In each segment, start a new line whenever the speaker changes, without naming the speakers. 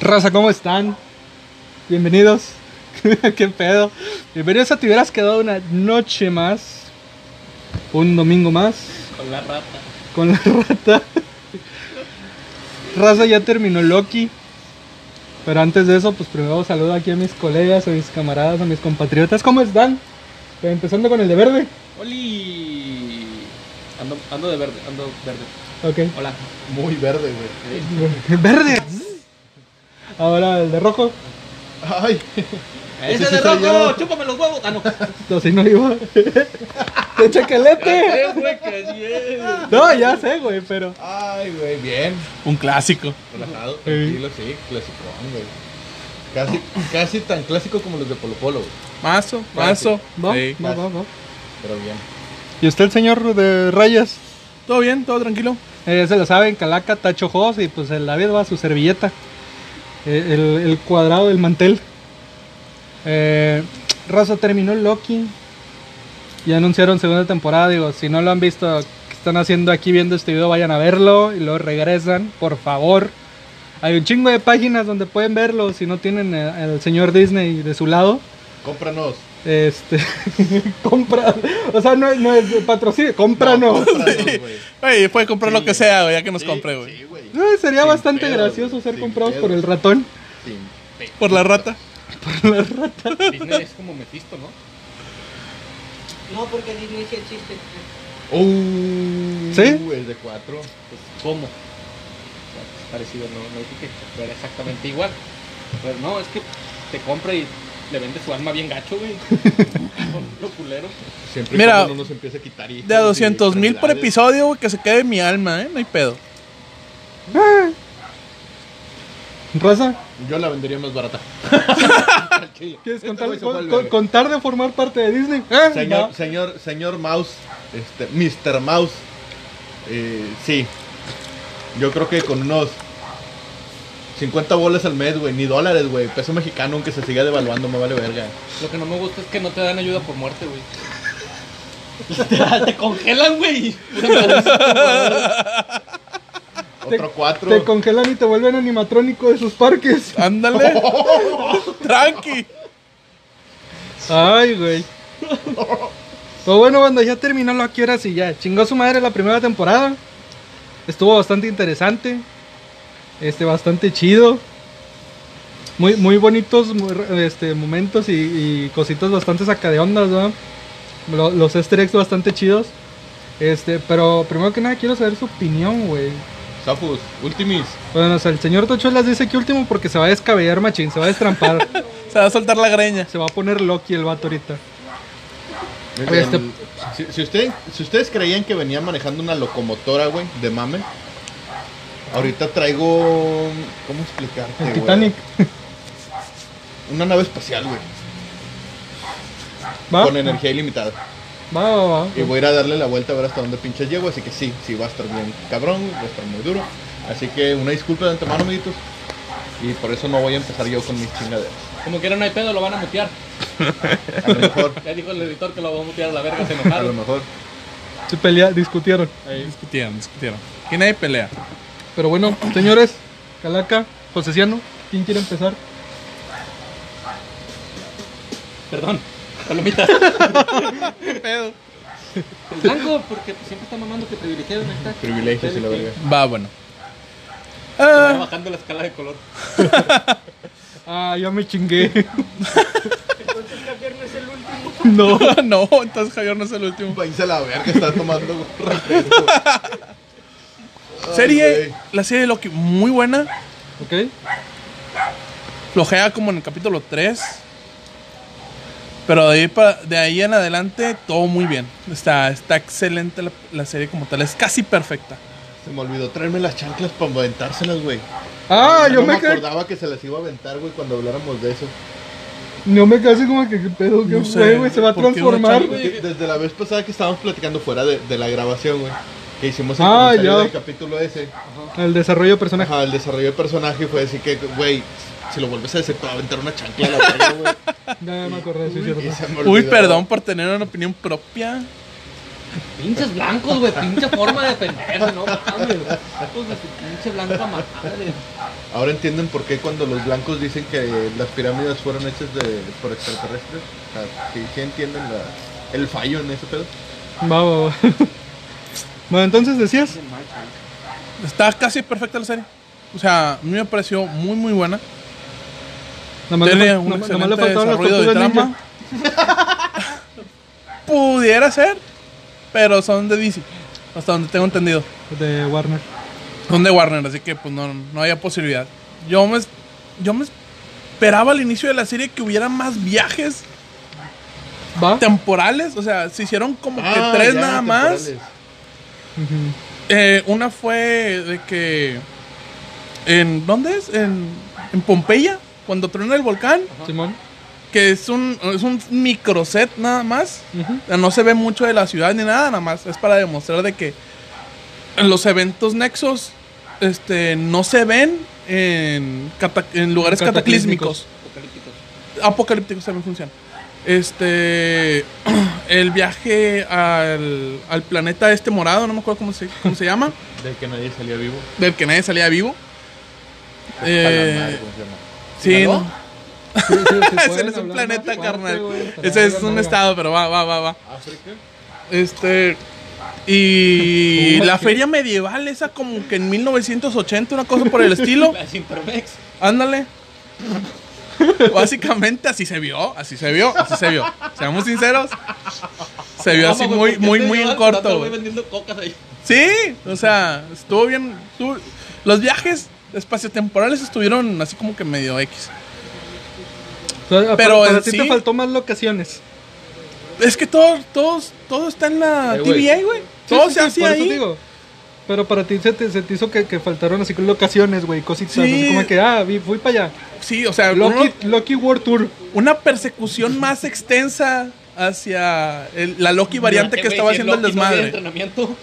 Raza, ¿cómo están? Bienvenidos. ¿Qué pedo? Bienvenidos a Te hubieras quedado una noche más. Un domingo más.
Con la rata.
Con la rata. Raza ya terminó Loki. Pero antes de eso, pues primero saludo aquí a mis colegas, a mis camaradas, a mis compatriotas. ¿Cómo están? Eh, Empezando con el de verde.
Oli. Ando, ando de verde, ando verde.
Ok.
Hola.
Muy verde, güey.
Verde. Ahora el de rojo.
Ay,
Ese
¡Ese
sí
de
soy
rojo!
yo.
¡Chúpame los huevos! ¡Ah, no!
No, si no iba. ¡De chaquelete!
¡Eh, güey, que así es!
No, ya sé, güey, pero.
ay, güey, bien.
Un clásico.
Relajado, tranquilo, sí, clasicón, güey. Casi, casi tan clásico como los de Polo Polo, güey.
Mazo, mazo.
Va,
Sí.
va, va, va.
Pero bien.
¿Y usted, el señor de rayas?
Todo bien, todo tranquilo.
Eh, ya se lo saben, Calaca, Tacho Jos y pues el David va a su servilleta. Eh, el, el cuadrado del mantel. Eh, Raza terminó Loki. Ya anunciaron segunda temporada. Digo, si no lo han visto, que están haciendo aquí viendo este video, vayan a verlo y luego regresan, por favor. Hay un chingo de páginas donde pueden verlo si no tienen eh, al señor Disney de su lado.
Cómpranos.
Este, compra, o sea, no, no es patrocinio, cómpranos.
Cómpranos, güey.
Güey, puede comprar
Sí.
lo que sea, güey, ya que nos
Sí,
compre, güey.
Sí, güey.
No, sería
Sin
bastante
pedos,
gracioso
güey,
ser
sin
comprados por
pedos.
el ratón.
Sin pe-
Por la rata.
Disney es como Mephisto, ¿no?
No, porque Disney sí existe.
Uh,
¿Sí?
Es de cuatro.
Pues, ¿cómo? O sea, es pues, parecido, no, no dije que era exactamente igual. Pero no, es que te compra y le vende su alma bien gacho, güey. Lo culero.
Siempre y
Mira,
cuando no nos empiece a quitar hijos
De a 200 mil por
episodio.
episodio, güey, que se quede mi alma, ¿eh? No hay pedo.
Raza,
Yo la vendería más barata.
Al chile.
¿quieres
Este
contar,
güey se
con-
fue al
con-
verga.
contar de formar parte de Disney? Eh,
Señor,
no.
señor, señor Mouse, este, Mr. Mouse, eh, sí. Yo creo que con unos 50 bolas al mes, güey, ni dólares, güey. Peso mexicano, aunque se siga devaluando, me vale verga.
Lo que no me gusta es que no te dan ayuda por muerte, güey. Literal, te congelan, güey.
Te-
Otro cuatro.
Te congelan y te vuelven animatrónico de sus parques.
Ándale. Tranqui.
Ay, güey. Pero bueno, cuando ya terminó lo que ahora sí ya. Chingó su madre la primera temporada. Estuvo bastante interesante. Este, bastante chido. Muy, muy bonitos muy re- este, momentos y, y cositas bastante saca de ondas, ¿no? Lo- Los easter eggs bastante chidos. Este, pero primero que nada quiero saber su opinión, güey.
Zafus, Ultimis.
Bueno, o sea, el señor Tochuelas dice que último porque se va a descabellar machín, se va a destrampar.
Se va a soltar la greña.
se va a poner Loki el vato ahorita.
El-
Este-
si, si usted- si ustedes creían que venía manejando una locomotora, güey, de mame, ahorita traigo. ¿Cómo explicarte, güey?
Titanic,
Una nave espacial, güey,
¿va?
con energía ilimitada.
Va, va, va.
Y voy a ir a darle la vuelta a ver hasta dónde pinches llego, así que sí, sí va a estar bien cabrón, va a estar muy duro. Así que una disculpa de antemano, amiguitos. Y por eso no voy a empezar yo con mis chingaderas.
Como quiera no hay pedo, lo van a mutear.
A lo mejor,
Ya dijo el editor que lo va a mutear a la verga, se
a lo
enojaron.
mejor.
Se pelea, discutieron.
Discutieron, discutieron. Aquí nadie pelea.
Pero bueno, señores, Calaca, Joseciano, ¿quién quiere empezar?
Perdón, palomita.
¿Qué pedo?
El blanco, porque pues, siempre está mamando que privilegiado, ¿no está?
Privilegios y la verga.
Va, bueno.
Está
Ah,
bajando la escala de color.
Ah, ya me chingué.
Entonces Javier no es el último.
no, no, entonces Javier no es el último.
País a la verga está tomando refresco. Ay,
Serie,
güey.
la serie de Loki, muy buena.
¿Ok?
flojea como en el capítulo 3. Pero de ahí, pa- de ahí en adelante, todo muy bien. Está, está excelente la, la serie como tal. Es casi perfecta.
Se me olvidó traerme las chanclas para aventárselas, güey.
Ah,
Ya
yo
no
me, quedé.
acordaba que se las iba a aventar, güey, cuando habláramos de eso.
No me quedé así como que qué pedo, qué
No sé,
fue, güey, se va a
¿por qué una
transformar.
chava,
güey?
Porque Desde la vez pasada que estábamos platicando fuera de, de la grabación, güey, que hicimos el
Ah,
comentario
ya.
del capítulo ese.
El desarrollo de personaje.
Ajá, el desarrollo de personaje fue decir que, güey, si lo vuelves a decir, te va a aventar una chancla a la verga, güey.
Ya me acordé, sí, es
Y
cierto.
se me
Uy,
olvidó.
perdón por tener una opinión propia.
Pinches blancos, güey. Pinche forma de defenderse, ¿no? Mames, güey. Hijos de su pinche blanca madre.
Ahora entienden por qué cuando los blancos dicen que las pirámides fueron hechas de, por extraterrestres. O sea, sí, sí entienden la- el fallo en ese pedo.
Va, va, va. Bueno, entonces decías.
Está casi perfecta la serie. O sea, a mí me pareció muy, muy buena.
Nomás le,
Tiene
fal-
un
nomás- nomás le
excelente
faltaron las
desarrollo de
tortugas ninja.
trama. Pudiera ser, pero son de DC. Hasta donde tengo entendido.
De Warner.
Son de Warner, así que pues no, no había posibilidad. Yo me, yo me esperaba al inicio de la serie que hubiera más viajes
Va.
temporales. O sea, se hicieron como
Ah,
que tres
ya,
nada más.
temporales.
Ujú.
Eh, una fue de que. ¿En dónde es? En, en Pompeya, cuando truena el volcán,
Simón.
que es un, es un microset nada más.
Ujú.
No se ve mucho de la ciudad ni nada, nada más. Es para demostrar de que en los eventos nexos este, no se ven en, cata- en lugares
Cataclísmicos.
cataclísmicos.
Apocalípticos.
Apocalípticos también funciona. Este. El viaje al, al planeta este morado, no me acuerdo cómo se, cómo se llama.
De que nadie salía vivo.
del que nadie salía vivo.
A la madre,
Eh,
¿cómo se llama?
sí,
¿Sinaloa?
no.
Sí, sí, sí,
ese
pueden
no es un
hablar
planeta,
más fuerte,
carnal.
güey, para
Ese es
hablar
un
más.
estado, pero va, va, va, va.
África.
Este. Y
Uy,
la
qué-
feria medieval, esa como que en 1980, una cosa por el estilo.
Las Intermex.
Ándale. Básicamente así se vio, así se vio, así se vio. Seamos sinceros. Se vio así
Vamos, güey,
muy, muy,
porque
muy
este
en
lleva- está
corto.
todo
güey.
vendiendo cocas ahí.
Sí, o sea, estuvo bien. estuvo- los viajes espaciotemporales estuvieron así como que medio X.
Pero,
Pero
para
en
ti te
sí-
faltó más locaciones.
Es que todo, todos, todo está en la
Eh, güey.
TVA, güey.
Sí,
Todo
sí,
se
sí,
hacía
por eso
ahí.
digo. Pero para ti se te, se te hizo que, que faltaron así con locaciones, güey, cositas.
Sí.
Así como que, ah, vi- fui para allá.
Sí, o sea,
Loki,
uno-
Loki World Tour.
una persecución más extensa hacia el- la Loki variante
Eh,
que
güey,
estaba
si el
haciendo el
Loki no tiene
desmadre.
entrenamiento.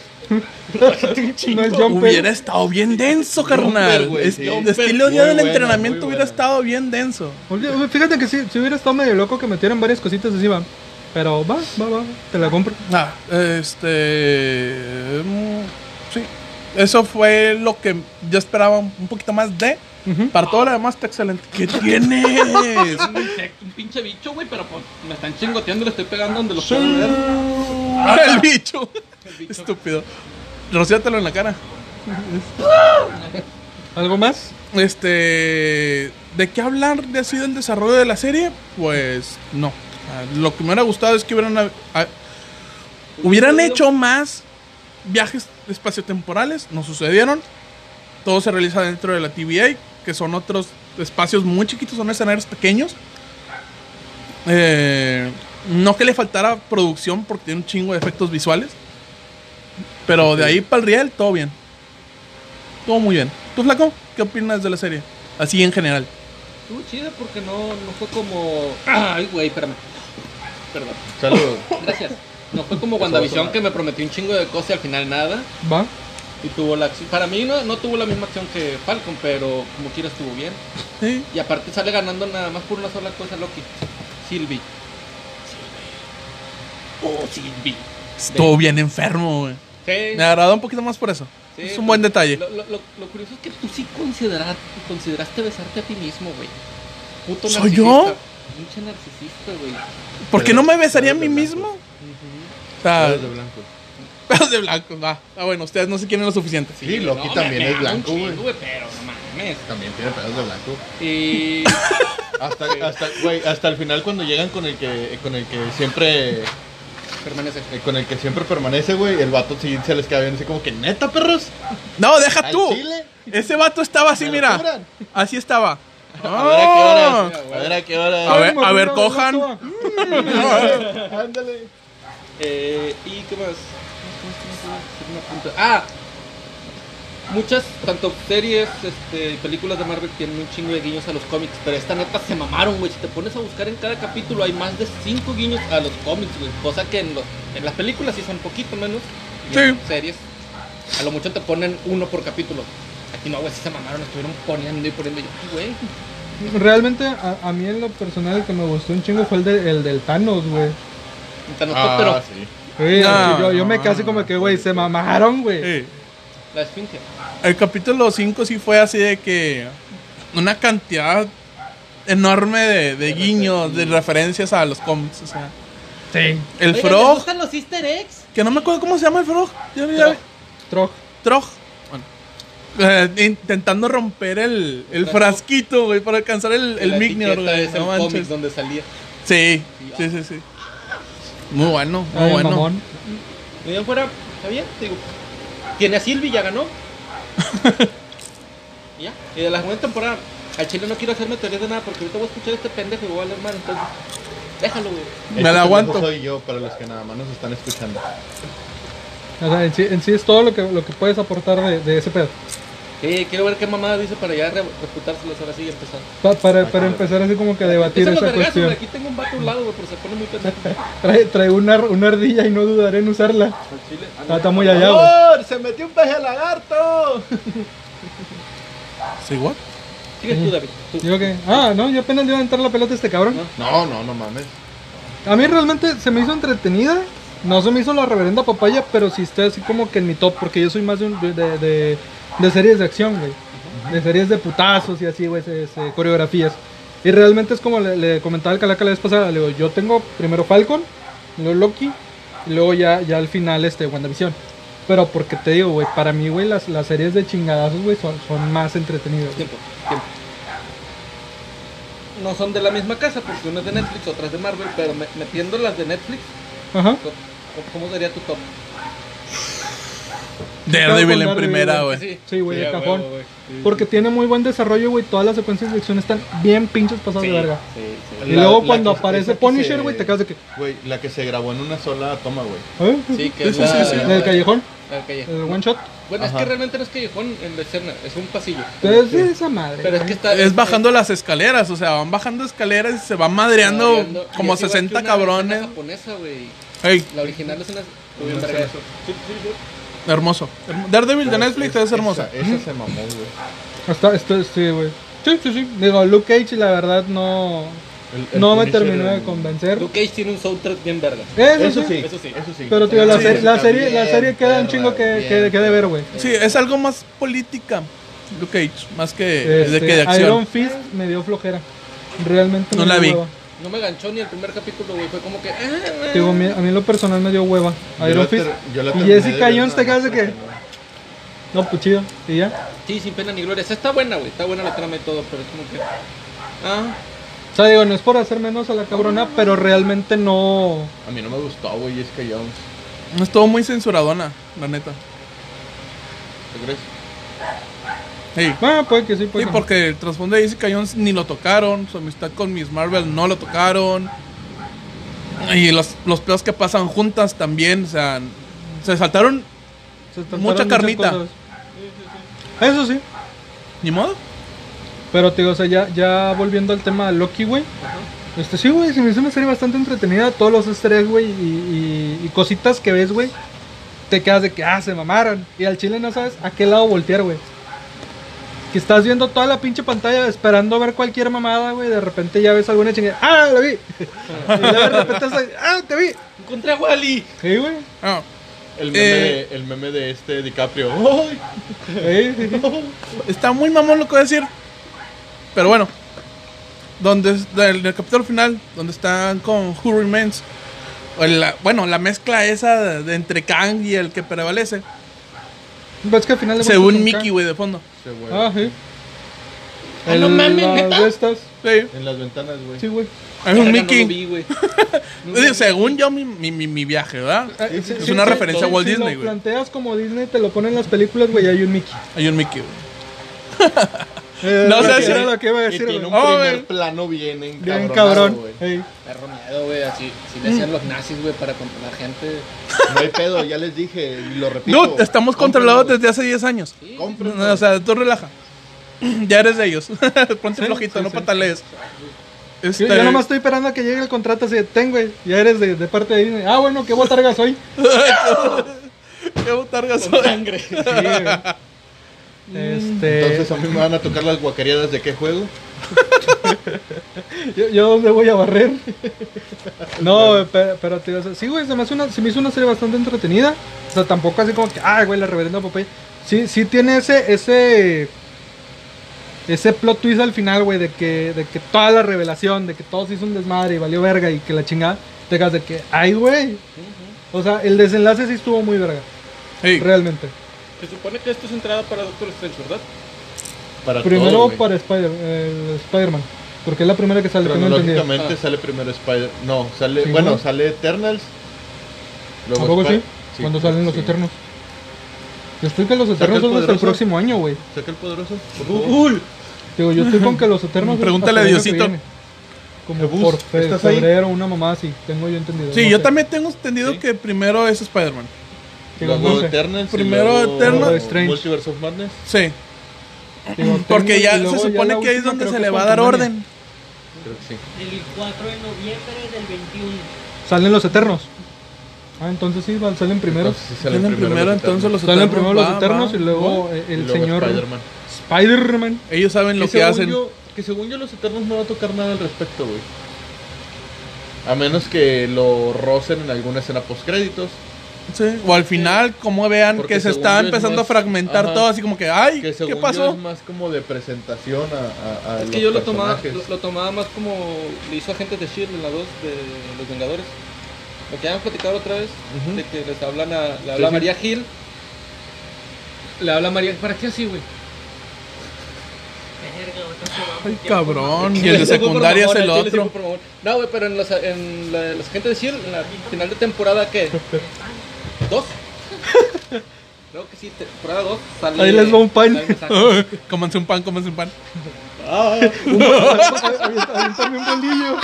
No es Jumper.
Hubiera estado bien denso, carnal.
güey,
Es-
sí.
el
Jumper,
estilo
muy
ya del
buena,
entrenamiento
muy
hubiera
buena.
estado bien denso.
Oye, güey, Fíjate que sí, si hubiera estado medio loco que metieran varias cositas así, va. Pero va, va, va, te la compro.
Ah, este. mm, Sí. Eso fue lo que yo esperaba un un poquito más de.
Ujú.
Para todo lo demás está excelente. ¿Qué tienes?
Un insecto, un pinche bicho, güey, pero pues, me están chingoteando, le estoy pegando donde lo puedo ver.
el bicho. Estúpido. Rocíatelo en la cara.
¿Algo más?
Este. ¿De qué hablar de así del desarrollo de la serie? Pues no. Ah, Lo que me hubiera gustado es que hubieran. hab- ah, Hubieran hecho más viajes espaciotemporales. No sucedieron. Todo se realiza dentro de la TVA, que son otros espacios muy chiquitos, son escenarios pequeños. Eh, no que le faltara producción porque tiene un chingo de efectos visuales. Pero de ahí para el riel, todo bien. Todo muy bien. ¿Tú, Flaco? ¿Qué opinas de la serie? Así en general.
Estuvo chida porque no, no fue como. Ay, güey, espérame. Perdón.
Saludos.
Gracias. No fue como WandaVision que me prometió un chingo de cosas y al final nada.
Va.
Y tuvo la acción. Para mí no, no tuvo la misma acción que Falcon, pero como quiera estuvo bien.
Sí.
Y aparte sale ganando nada más por una sola cosa, Loki. Sylvie. Sylvie. Oh, Sylvie.
Estuvo bien enfermo, güey.
Sí,
Me agradó un poquito más por eso.
sí,
Ah, es un buen
pues,
detalle.
Lo, lo- lo- lo curioso es que tú sí considerar- consideraste besarte a ti mismo, güey. Puto
¿Soy
narcisista.
yo?
Pinche narcisista, güey.
¿Por qué no me besaría a mí
Pelos de
mismo?
Ujú.
O sea,
Todos de blanco.
pelos de blanco. va. Ah, bueno, ustedes no se quieren lo suficiente.
Sí, Loki
me-
también
me
es
amo un
blanco, güey.
chingo, Pero no mames.
También tiene pedazos de blanco.
Y.
Hasta, hasta, güey, hasta el final cuando llegan con el que, con el que siempre, eh,
Permanece.
con el que siempre permanece, güey, el vato sí se les queda bien así como que neta perros.
No, deja
¿Al
tú.
chile?
Ese vato estaba así,
¿Me lo
mira.
cobran?
Así estaba.
A ver a qué
Ah.
horas. A ver a qué horas.
A ver,
Ay,
a ver,
morrito,
cojan.
loco.
Ah.
Ándale.
Eh, ¿Y qué más? ¿Qué más, qué más, qué más, qué más? Hacer una punta- Ah, muchas, tanto series este, y películas de Marvel tienen un chingo de guiños a los cómics, pero esta neta se mamaron, güey. Si te pones a buscar en cada capítulo hay más de 5 guiños a los cómics, güey. Cosa que en, los- en las películas sí son poquito menos. y en
Sí.
series, a lo mucho te ponen uno por capítulo. Aquí no, güey, sí se mamaron, estuvieron poniendo y poniendo. y Yo, "Ay, güey,
Realmente, a, a mí en lo personal, el que me gustó un chingo fue el, de- el del Thanos, güey.
pues,
Thanos,
Ah,
pero
sí.
Güey,
No,
yo, yo me
no,
casi
no.
como que, güey, se mamaron, güey.
Eh,
La esfinge.
el capítulo 5 sí fue así de que una cantidad enorme de, de guiños, de referencias a los cómics. O sea,
Sí.
el
Oigan, ¿les
Frog,
gustan los easter eggs?
que no me acuerdo cómo se llama el Frog. Ya, ya-
Frog.
Troj.
Troj. Bueno. Eh, intentando romper el, el
Claro.
frasquito, güey, para alcanzar el, el
La
Mignior,
etiqueta
güey.
Es
No
el cómic
manches.
donde salía.
Sí, sí, sí, sí. Muy bueno, muy
Ay,
bueno.
mamón.
Y allá fuera, está bien, te digo. Tiene a Silvi, ya ganó. Y ya. Y de la segunda temporada, al chile no quiero hacerme teorías de nada porque ahorita voy a escuchar a este pendejo y voy a hablar mal, entonces. Déjalo, güey.
Me la aguanto.
soy yo para los que nada más nos están escuchando.
O sea, en sí, en sí es todo lo que, lo que puedes aportar de, de ese pedo.
Sí, quiero ver qué mamada dice para ya re- refutárselas ahora sí y empezar.
Pa- para, para empezar así como que a debatir
Empieza los
esa
vergazos, güey.
cuestión.
Aquí tengo un vato a un lado, güey, pero se pone muy pendejo.
Trae, trae una, una ardilla y no dudaré en usarla.
Al chile.
Está, está muy allá, güey.
¡Se metió un peje lagarto!
Sí, what?
Sigues tú, David. Tú.
Digo que, ah, no, yo apenas le iba a aventar la pelota a este cabrón.
No.
No, no, no mames.
A mí realmente se me hizo entretenida. No se me hizo la reverenda papaya, pero sí está así como que en mi top, porque yo soy más de, un- de, de- de- de series de acción, güey. De series de putazos y así, güey, se- se- coreografías. Y realmente es como le, le comentaba al Calaca la vez pasada, le digo, yo tengo primero Falcon, luego Loki, y luego ya, ya al final este WandaVision. Pero porque te digo, güey, para mí, güey, las, las series de chingadazos, güey, son, son más entretenidas. güey.
Tiempo, tiempo. No son de la misma casa porque una es de Netflix, otra es de Marvel, pero me- metiendo las de Netflix,
Ajá.
co- ¿cómo sería tu top?
Daredevil en
Daredevil,
primera,
güey.
güey.
Sí, güey, de
a
cajón.
huevo, güey. Sí,
Porque tiene muy buen desarrollo, güey. Todas las secuencias de acción están bien pinches pasadas
sí,
de verga.
sí,
Y luego cuando
que-
aparece
esa que
Punisher,
se-
güey, te quedas de que-
Güey, la que se grabó en una sola toma, güey.
¿Eh?
sí. Sí, que es
Sí, sí,
la-
sí.
la-
En el callejón,
la calle.
el one shot.
Bueno, es
Ajá.
que realmente no es callejón en la escena, es un pasillo.
Pero es de esa madre.
Pero es que
güey.
está.
Es bajando las escaleras, o sea, van bajando escaleras y se van madreando como 60
La
cabrones.
japonesa, güey.
Ey,
La original es una.
Una
Uy, verga.
escena.
Sí, sí, sí.
hermoso. Herm- Daredevil de Netflix es hermosa.
Esa, esa se mamó, güey.
Está, está- sí, güey. Sí, sí, sí. Digo, Luke Cage, la verdad, no.
El- el
No me
Punisher
terminó de
en-
convencer.
Luke Cage tiene un soundtrack bien verga.
Eso,
Eso
sí.
sí,
Eso sí.
Eso sí.
Pero, tío, la,
Sí,
serie- la
está
serie, la
bien
serie queda un
perra,
chingo que,
bien
que, que
perra.
deber, güey.
Sí, es algo más política, Luke Cage, más que de,
Este,
que de
Iron
acción.
Fist me dio flojera. Realmente
No
me
la
dio
vi.
hueva.
No me ganchó ni el primer capítulo, güey. Fue como que. ah,
Digo, a mí, a mí en lo personal me dio hueva.
Yo
Iron
la ter-
Fist.
yo la
Y
terminé de
Jessica
ver
Jones,
nada
te quedas
más
de que-
para
No, pues chido. Y ya.
Sí, sin pena ni gloria. O sea, está buena, güey. Está buena la trama y todo, pero es como que. Ah,
O sea, digo, no es por hacer menos a la cabrona, pero realmente no.
A mí no me gustó, güey, Jessica Jones.
Estuvo muy censuradona, la neta.
¿Te crees?
Ey.
Ah,
Bueno, Ah, puede que sí, puede
pues
que
Sí,
no.
porque el trasfondo de Jessica Jones ni lo tocaron, su amistad con Miss Marvel no lo tocaron. Y los, los pedos que pasan juntas también, o sea, se saltaron,
Se trataron
mucha
muchas
carnita.
cosas. Eso sí.
ni modo.
Pero te digo, o sea, ya, ya volviendo al tema de Loki, güey. Este sí, güey, se me hizo una serie bastante entretenida. Todos los estrés, güey, y, y- y cositas que ves, güey. Te quedas de que, ah, se mamaron. Y al chile no sabes a qué lado voltear, güey. Que estás viendo toda la pinche pantalla esperando ver cualquier mamada, güey. De repente ya ves alguna chingada. ¡Ah, la vi! y luego de repente estás ahí, ¡Ah, te vi!
encontré a Wally.
Sí, güey.
Ah,
El meme,
Eh.
de, el meme de este DiCaprio. ¡Ay!
Sí, sí, sí.
está muy mamón lo que voy a decir. Pero bueno, donde es- del, del capítulo final, donde están con Who Remains, o la- bueno, la mezcla esa de, de entre Kang y el que prevalece,
Ves que al final de cuentas
pues,
según
son
Mickey,
ca-
güey, de fondo.
Se güey.
Ah, sí.
Ah, no mames,
las
¿neta?
restas.
Sí,
En las ventanas, güey.
Sí, güey.
es
Verga, No
un
lo
Mickey.
vi, güey.
Digo, según yo, mi, mi- mi- mi viaje, ¿verdad?
Eh,
es
sí,
una
sí,
referencia a
sí,
Walt
si
Disney,
lo
güey.
planteas como Disney, te lo ponen en las películas, güey, hay un Mickey.
Hay un Mickey, güey.
Eh,
No,
lo
o sea,
que
sí.
era lo que iba a
Y
decir,
tiene un
güey.
Ah,
primer
güey.
plano bien encabronado,
Bien cabrón.
güey.
Ey.
Perro miedo, güey. Así, si le hacían los nazis, güey, para controlar gente.
No hay pedo, ya les dije, y lo repito.
Dude, estamos
Cómprenlo.
controlados desde hace 10 años.
Sí.
Cómprenlo.
No, o sea, tú relaja. Ya eres de ellos. Ponte
Sí,
flojito,
sí,
no
sí.
patalees.
Yo,
Este,
yo nomás estoy esperando a que llegue el contrato así de, ten, güey, ya eres de, de parte de Disney. Ah, bueno, qué botarga soy.
qué botarga soy.
Con sangre.
Sí, güey. Este...
Entonces a mí me van a tocar las guacareadas de qué juego.
Yo, yo dónde voy a barrer. No, güey, pero, pero te digo, o sea, sí, güey, se me, hace una, se me hizo una serie bastante entretenida. O sea, tampoco así como que, ay, güey, la reverenda Popeye. Sí, sí tiene ese, ese, ese plot twist al final, güey, de que, de que toda la revelación, de que todo se hizo un desmadre y valió verga y que la chingada, te quedas de que, ay, güey. O sea, el desenlace sí estuvo muy verga,
Hey,
realmente.
Se supone que esto es entrada para Doctor Strange, ¿verdad?
Para
Primero
todo, güey.
para Spider- eh, Spider-Man, porque es la primera que sale, tengo entendido.
Cronológicamente sale primero Spider. No, sale.
Sí,
bueno,
¿no?
sale Eternals.
¿A poco
Spi-
sí? Cuando salen los
sí.
Eternos. Yo estoy que los
Saca
Eternos
el
son hasta el
poderoso.
próximo año, güey.
Saca el poderoso. por favor.
¡Cool!
Digo, yo estoy con que los Eternos. son
Pregúntale
hasta el
a
año que
Diosito.
viene. Como
Jebús,
por fe-
¿estás ahí?
febrero, una mamá así, tengo yo entendido.
sí,
no
yo
sé.
también tengo entendido que primero es Spider-Man.
Digo,
Luego
no sé.
Eternals. y
Primero
luego
Eternals.
Strange.
Multiverse of Madness.
Sí,
Digo,
porque
Eternos, y
ya se
luego ya
supone
la
que ahí es
última
donde
creo
se
que
le
es
va a dar
Quantumania.
orden.
Creo que sí.
El 4 de noviembre del 21.
Salen los Eternos. Ah, entonces sí, van- salen primero.
Entonces, sí salen
Tienen primero,
los
entonces los
Salen primero los
va,
Eternos
va,
y luego
va.
eh,
Y
el
luego
señor
Spider-Man.
Spider-Man.
Ellos saben lo que,
según
hacen.
yo- que según yo los Eternos no va a tocar nada al respecto, güey. A menos que lo rocen en alguna escena post créditos.
Sí, O al final, como vean
Porque
que se
según
está
yo es
empezando
más-
a fragmentar
ajá.
todo, así como que, ay,
Que según
¿qué
yo
pasó?
es más como de presentación a, a, a
Es
los
que yo lo tomaba,
personajes.
lo, lo tomaba más como le hizo Agentes de Shield en la 2 de Los Vengadores. Lo que habían platicado otra vez,
Ujú.
de que les hablan a. Le habla
Sí, sí.
María Gil. Le habla María. ¿Para qué así, güey?
Verga, otra se va
Ay,
porque-
cabrón. Y
Sí,
el de
les digo por
secundaria es
mamón,
el
al chile les digo
otro.
por mamón. No, güey, pero en los, en la- los Agentes de Shield, en la final de temporada, ¿qué? ¿Dos? Creo que sí, temporada 2. Sale,
Ahí les va un pan.
sale mensaje.
Cómanse un pan, cómanse un pan.
Ah,
Aviéntame un bolillo.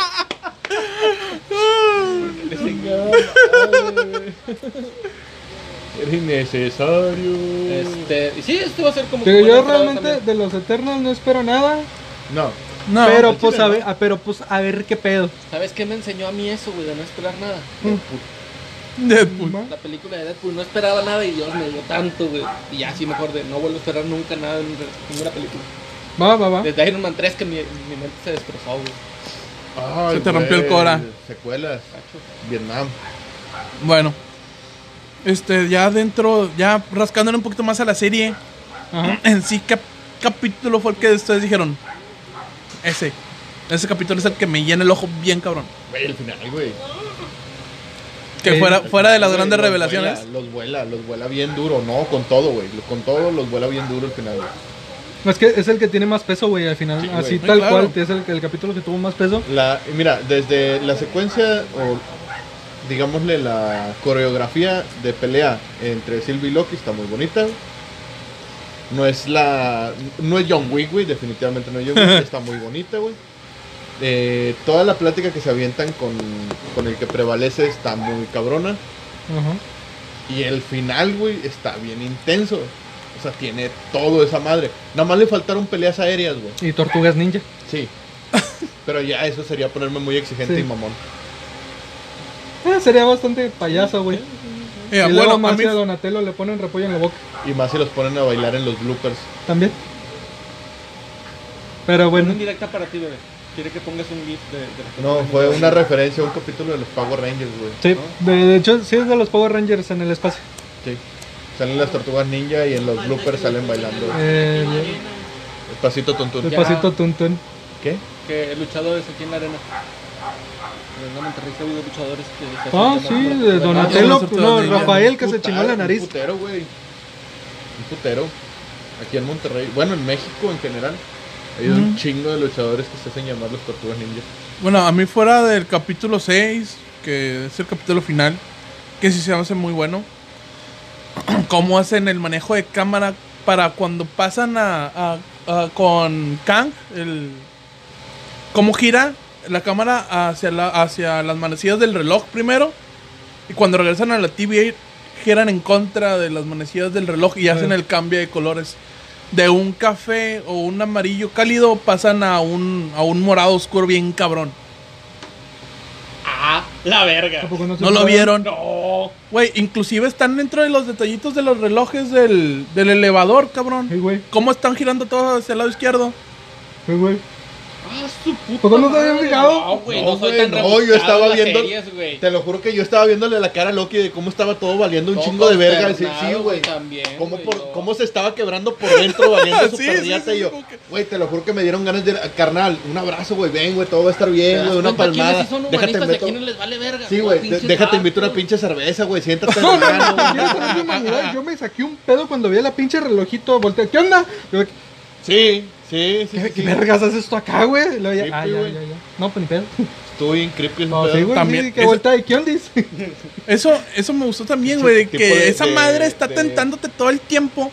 era innecesario.
Este, y sí, esto va a ser como.
Digo,
como
yo
la temporada
realmente
también.
de los Eternos no espero nada.
No,
No,
pero,
al
pues,
chile
a
no.
ver, ah, pero pues a ver qué pedo.
¿Sabes qué me enseñó a mí eso, güey? De no esperar nada.
Mm.
Deadpool.
La película de Deadpool no esperaba nada y Dios me dio tanto, güey. Y ya sí me acordé, no vuelvo a esperar nunca nada en re- ninguna película.
Va, va, va.
Desde Iron Man 3 que mi, mi mente se destrozó, güey.
Ay,
Se te rompió el
güey,
cora.
Secuelas.
Cacho.
Vietnam.
Bueno. Este, ya dentro, ya rascándole un poquito más a la serie.
Ajá.
En sí, ¿qué capítulo fue el que ustedes dijeron? Ese. Ese capítulo es el que me llena el ojo bien cabrón.
Güey, el final, güey.
Que
Sí.
fuera, fuera de las
Güey,
grandes
los
revelaciones.
vuela, los vuela, los vuela bien duro. No, con todo, güey. Con todo los vuela bien duro el final, güey.
Es que es el que tiene más peso, güey, al final.
Sí, güey.
Así
Sí,
tal
claro.
cual, es el, el capítulo que tuvo más peso.
La, y mira, desde la secuencia o digámosle la coreografía de pelea entre Sylvie y Loki está muy bonita. No es la no es John Wick, güey, definitivamente no es John Wick, está muy bonita, güey. Eh, toda la plática que se avientan con, con el que prevalece está muy cabrona.
Ajá.
Y el final, güey, está bien intenso. O sea, tiene todo esa madre. Nada más le faltaron peleas aéreas, güey.
Y Tortugas Ninja.
Sí. Pero ya eso sería ponerme muy exigente
Sí.
y mamón.
Eh, sería bastante payasa, güey.
Eh,
y luego
bueno, a
más
mí,
a Donatello le ponen repollo en la boca.
Y más si los ponen a bailar en los bloopers.
También. Pero
Una
bueno.
indirecta para ti, bebé. Quiere que pongas un gif de. de-
No, fue una referencia a un capítulo de los Power Rangers, güey.
Sí, de, de hecho, sí es de los Power Rangers en el espacio.
Sí. Salen las tortugas ninja y en los bloopers salen bailando.
Eh,
El pasito tontún.
el pasito tuntun.
¿Qué?
Que el luchador es aquí en la arena. En la Monterrey ha habido luchadores que. se hacen
Ah,
llamar
sí,
por-
de
por-
Donatello.
Tortugas
No,
Ninja.
Rafael que
Un
se
puta-
chingó la
Un
nariz.
putero, güey. Un putero. Aquí en Monterrey. Bueno, en México en general. Hay un
Ujú.
chingo de luchadores que se hacen llamar los tortugas ninja.
bueno, a mí fuera del capítulo 6, que es el capítulo final, que sí se hace muy bueno. Cómo hacen el manejo de cámara para cuando pasan a, a- a- con Kang, el cómo gira la cámara hacia, la- hacia las manecillas del reloj primero. Y cuando regresan a la TVA, giran en contra de las manecillas del reloj y hacen el cambio de colores. De un café o un amarillo cálido pasan a un, a un morado oscuro bien cabrón.
Ah, la verga.
Tampoco se
No lo
sabe.
vieron.
No.
Güey, inclusive están dentro de los detallitos de los relojes del, del elevador, cabrón.
Sí, güey,
¿Cómo están girando todos hacia el lado izquierdo?
sí, güey.
Ah, su puta.
¿Por qué no te había
madre,
fijado?
No, güey, no,
No,
soy
güey,
tan
no,
rebuscado
yo estaba
en las
viendo-
series, güey.
Te lo juro que yo estaba viéndole la cara a Loki de cómo estaba todo valiendo un
Todo
chingo de verga. Sí,
consternado,
sí, güey.
también,
Cómo,
güey,
por-
no.
cómo se estaba quebrando por dentro valiendo
Sí,
su
sí,
perdida,
sí,
y yo,
como que-
güey, te lo juro que me dieron ganas de ir a- carnal, un abrazo, güey, ven, güey, todo va a estar
¿Te
bien,
das
güey, una
cuenta quiénes
palmada.
sí son
Déjate
humanistas y a
meto.
quiénes les vale verga?
Sí,
No,
güey, de-
pinches
déjate
tacos.
invito una pinche cerveza, güey, siéntate en
No,
el
no, no,
grano, güey.
quiero ser de humanidad. Yo me saqué un pedo cuando vi a la pinche relojito volteé. ¿Qué onda? Yo, ¿qué,
Sí, sí, sí.
qué
sí.
vergas haces esto acá, güey? Y luego ya,
Sí,
ah,
pues,
ya,
güey.
ya, ya. No, pues ni pedo.
Estuvo bien creepy ese
No,
pedo.
sí, güey,
También,
sí, que
eso-
vuelta de qué ondis.
Eso, eso me gustó también, güey, de
Tipo
que
de-
esa
de-
madre está
de-
tentándote todo el tiempo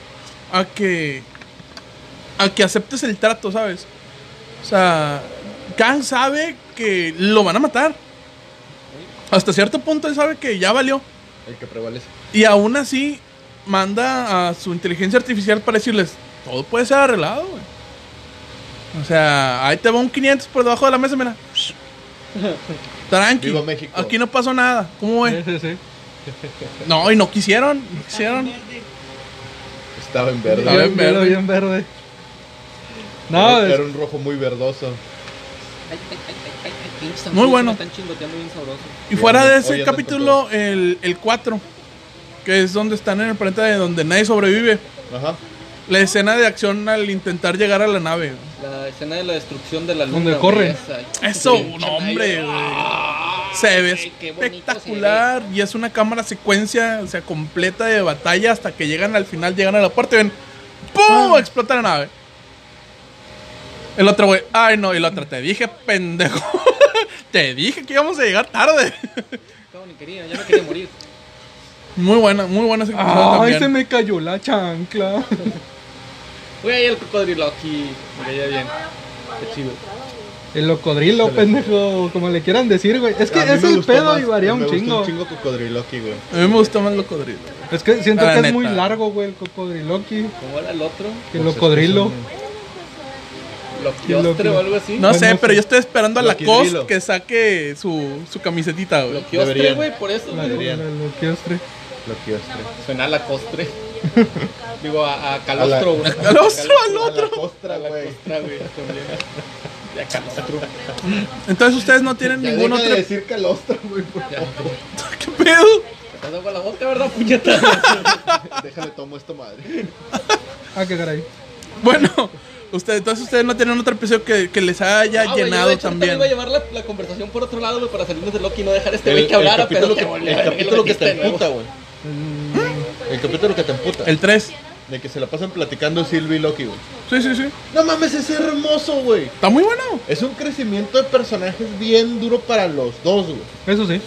a que a que aceptes el trato, ¿sabes? O sea, Kang sabe que lo van a matar. Hasta cierto punto él sabe que ya valió.
El que prevalece.
Y aún así manda a su inteligencia artificial para decirles, todo puede ser arreglado, güey. O sea, ahí te va un 500 por debajo de la mesa, mira. Tranqui.
Viva México.
Aquí no pasó nada. ¿Cómo es?
Sí, sí, sí.
No, y no quisieron, no quisieron.
Verde.
Estaba en verde.
Estaba en
Bien, pero
verde.
bien verde. No,
era,
es-
era un rojo muy verdoso.
Ay, ay, ay, ay, ay, pinches
Muy bueno.
me Están chingoteando bien sabroso.
Y fuera de ese
Oye, andan con
capítulo, el, el 4, que es donde están en el planeta de donde nadie sobrevive,
Ajá.
la escena de acción al intentar llegar a la nave.
La escena de la destrucción de la luna.
Donde
güey,
corre.
esa.
Eso,
Pinche
no, hombre,
Naya.
güey.
Ah,
Se ve
güey, qué bonito
espectacular y es una cámara secuencia, o sea, completa de batalla hasta que llegan al final, llegan a la puerta y ven, ¡pum! Explota la nave. El otro güey, ay no, y el otro, te dije, pendejo. te dije que íbamos a llegar tarde.
se ve. Cabrón, ni quería, ya me quería morir.
muy buena, muy buena esa
Ay,
también.
se me cayó la chancla.
Güey, el cocodrilo aquí. Me caía bien. Qué chido.
El locodrilo, pendejo, como le quieran decir, güey. Es que
A mí
es
me
el
gustó
pedo
más,
y varía
me
un
gustó
chingo.
Un chingo cocodrilo aquí, güey.
A mí me gustó más Locodrilo.
Es que siento
La
que es
neta.
muy largo, güey, el cocodriloqui.
¿Cómo era el otro?
Que
Pues Ah, es que
locodrilo.
son-
Loquiostre
Loquio.
o algo así.
No
Bueno,
sé, pero
sí.
yo estoy esperando a la
Locodrilo.
Cost que saque su, su camisetita, güey.
Loquiostre,
Deberían.
güey, por eso.
La,
güey.
la,
Madre.
la loquiostre.
Loquiostre.
Suena a la costre. Digo, a, a
A
calostro,
la-
güey.
Calostro, al
A
otro.
la costra,
A la
güey.
costra, güey. también. Y a calostro.
Entonces ustedes no tienen
Ya
ningún
deja
otro.
de decir calostro, güey, por
Ya.
favor.
¿Qué pedo?
Te das agua a la boca, ¿verdad, puñeta?
Déjale tomo esto, madre.
Ah, qué caray.
Bueno, usted, entonces ustedes no tienen otro episodio que, que les haya
Ah, güey,
llenado
yo de hecho
también.
iba a llevar la, la conversación por otro lado, güey, para salirnos de Loki y no dejar a este
El-
güey que este hablara,
el capítulo
pero te
que-
volvió
el
a ver
capítulo
lo
que te
dijiste de
emputa,
nuevo.
güey. El capítulo que te emputa.
El 3.
De que se la pasan platicando Silvia y Loki, güey.
Sí, sí, sí.
No mames, es hermoso, güey.
Está muy bueno.
Es un crecimiento de personajes bien duro para los dos, güey.
Eso sí.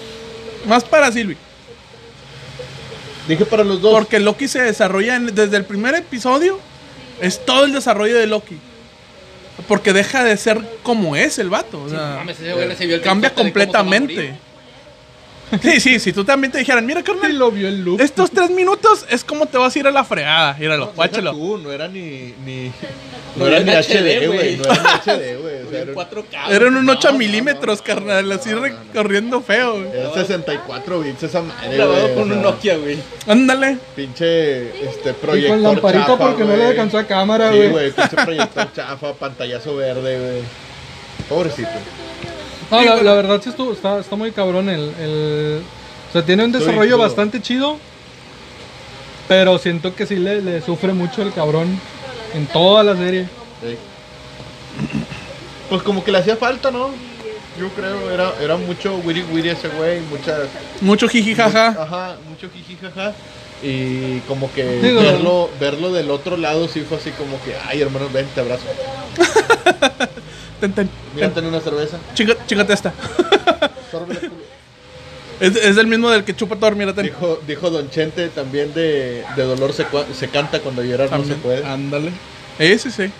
Más para Silvi.
Dije para los dos.
Porque Loki se desarrolla en- desde el primer episodio. Es todo el desarrollo de Loki. Porque deja de ser como es el vato. O sea,
Mames, ese güey se vio el
cambia
trizote de cómo se va a morir.
completamente. Sí, sí, si tú también te dijeran, mira,
Sí
carnal,
lo vio el look.
estos tres minutos es como te vas a ir a la fregada. Míralo,
Guáchalo.
guáchalo.
Tú, no era ni. ni
Lo
no
vi
era
en
ni
HD,
HD, güey.
güey.
No era ni HD, güey. O sea,
En
era,
4K.
Eran un
No,
8
no,
milímetros,
Ah, no,
carnal,
no,
así
no, no.
recorriendo feo. güey.
era 64 bits esa madre,
Grabado
güey, o
con
sea,
un Nokia, güey.
Ándale.
Pinche este,
Y
proyector
con lamparita
chafa,
porque no
güey.
le alcanzó a cámara,
Sí,
güey.
güey, pinche proyector chafa, pantallazo verde, güey. Pobrecito.
No, la, la verdad sí estuvo, está, está muy cabrón el, el- O sea, tiene un
Estoy
desarrollo
crudo.
bastante chido. Pero siento que sí le, le sufre mucho el cabrón en toda la serie.
Sí. Pues como que le hacía falta, ¿no? Yo creo, era, era mucho wiri wiri ese güey, muchas...
Mucho jiji
Ah.
jaja.
Ajá, mucho jiji jaja. Y como que
Digo-
verlo, verlo del otro lado sí fue así como que, ay hermano, ven, te abrazo.
Ten, ten.
Mira, ten una cerveza.
Chinga- chingate esta.
Sórbele, culo.
Es, es el mismo del que chupa Thor, mira, ten.
Dijo, dijo Don Chente también de, de dolor se, cua- se canta cuando llorar no se
También.
Ah,
puede.
Ándale. Eh, sí, sí.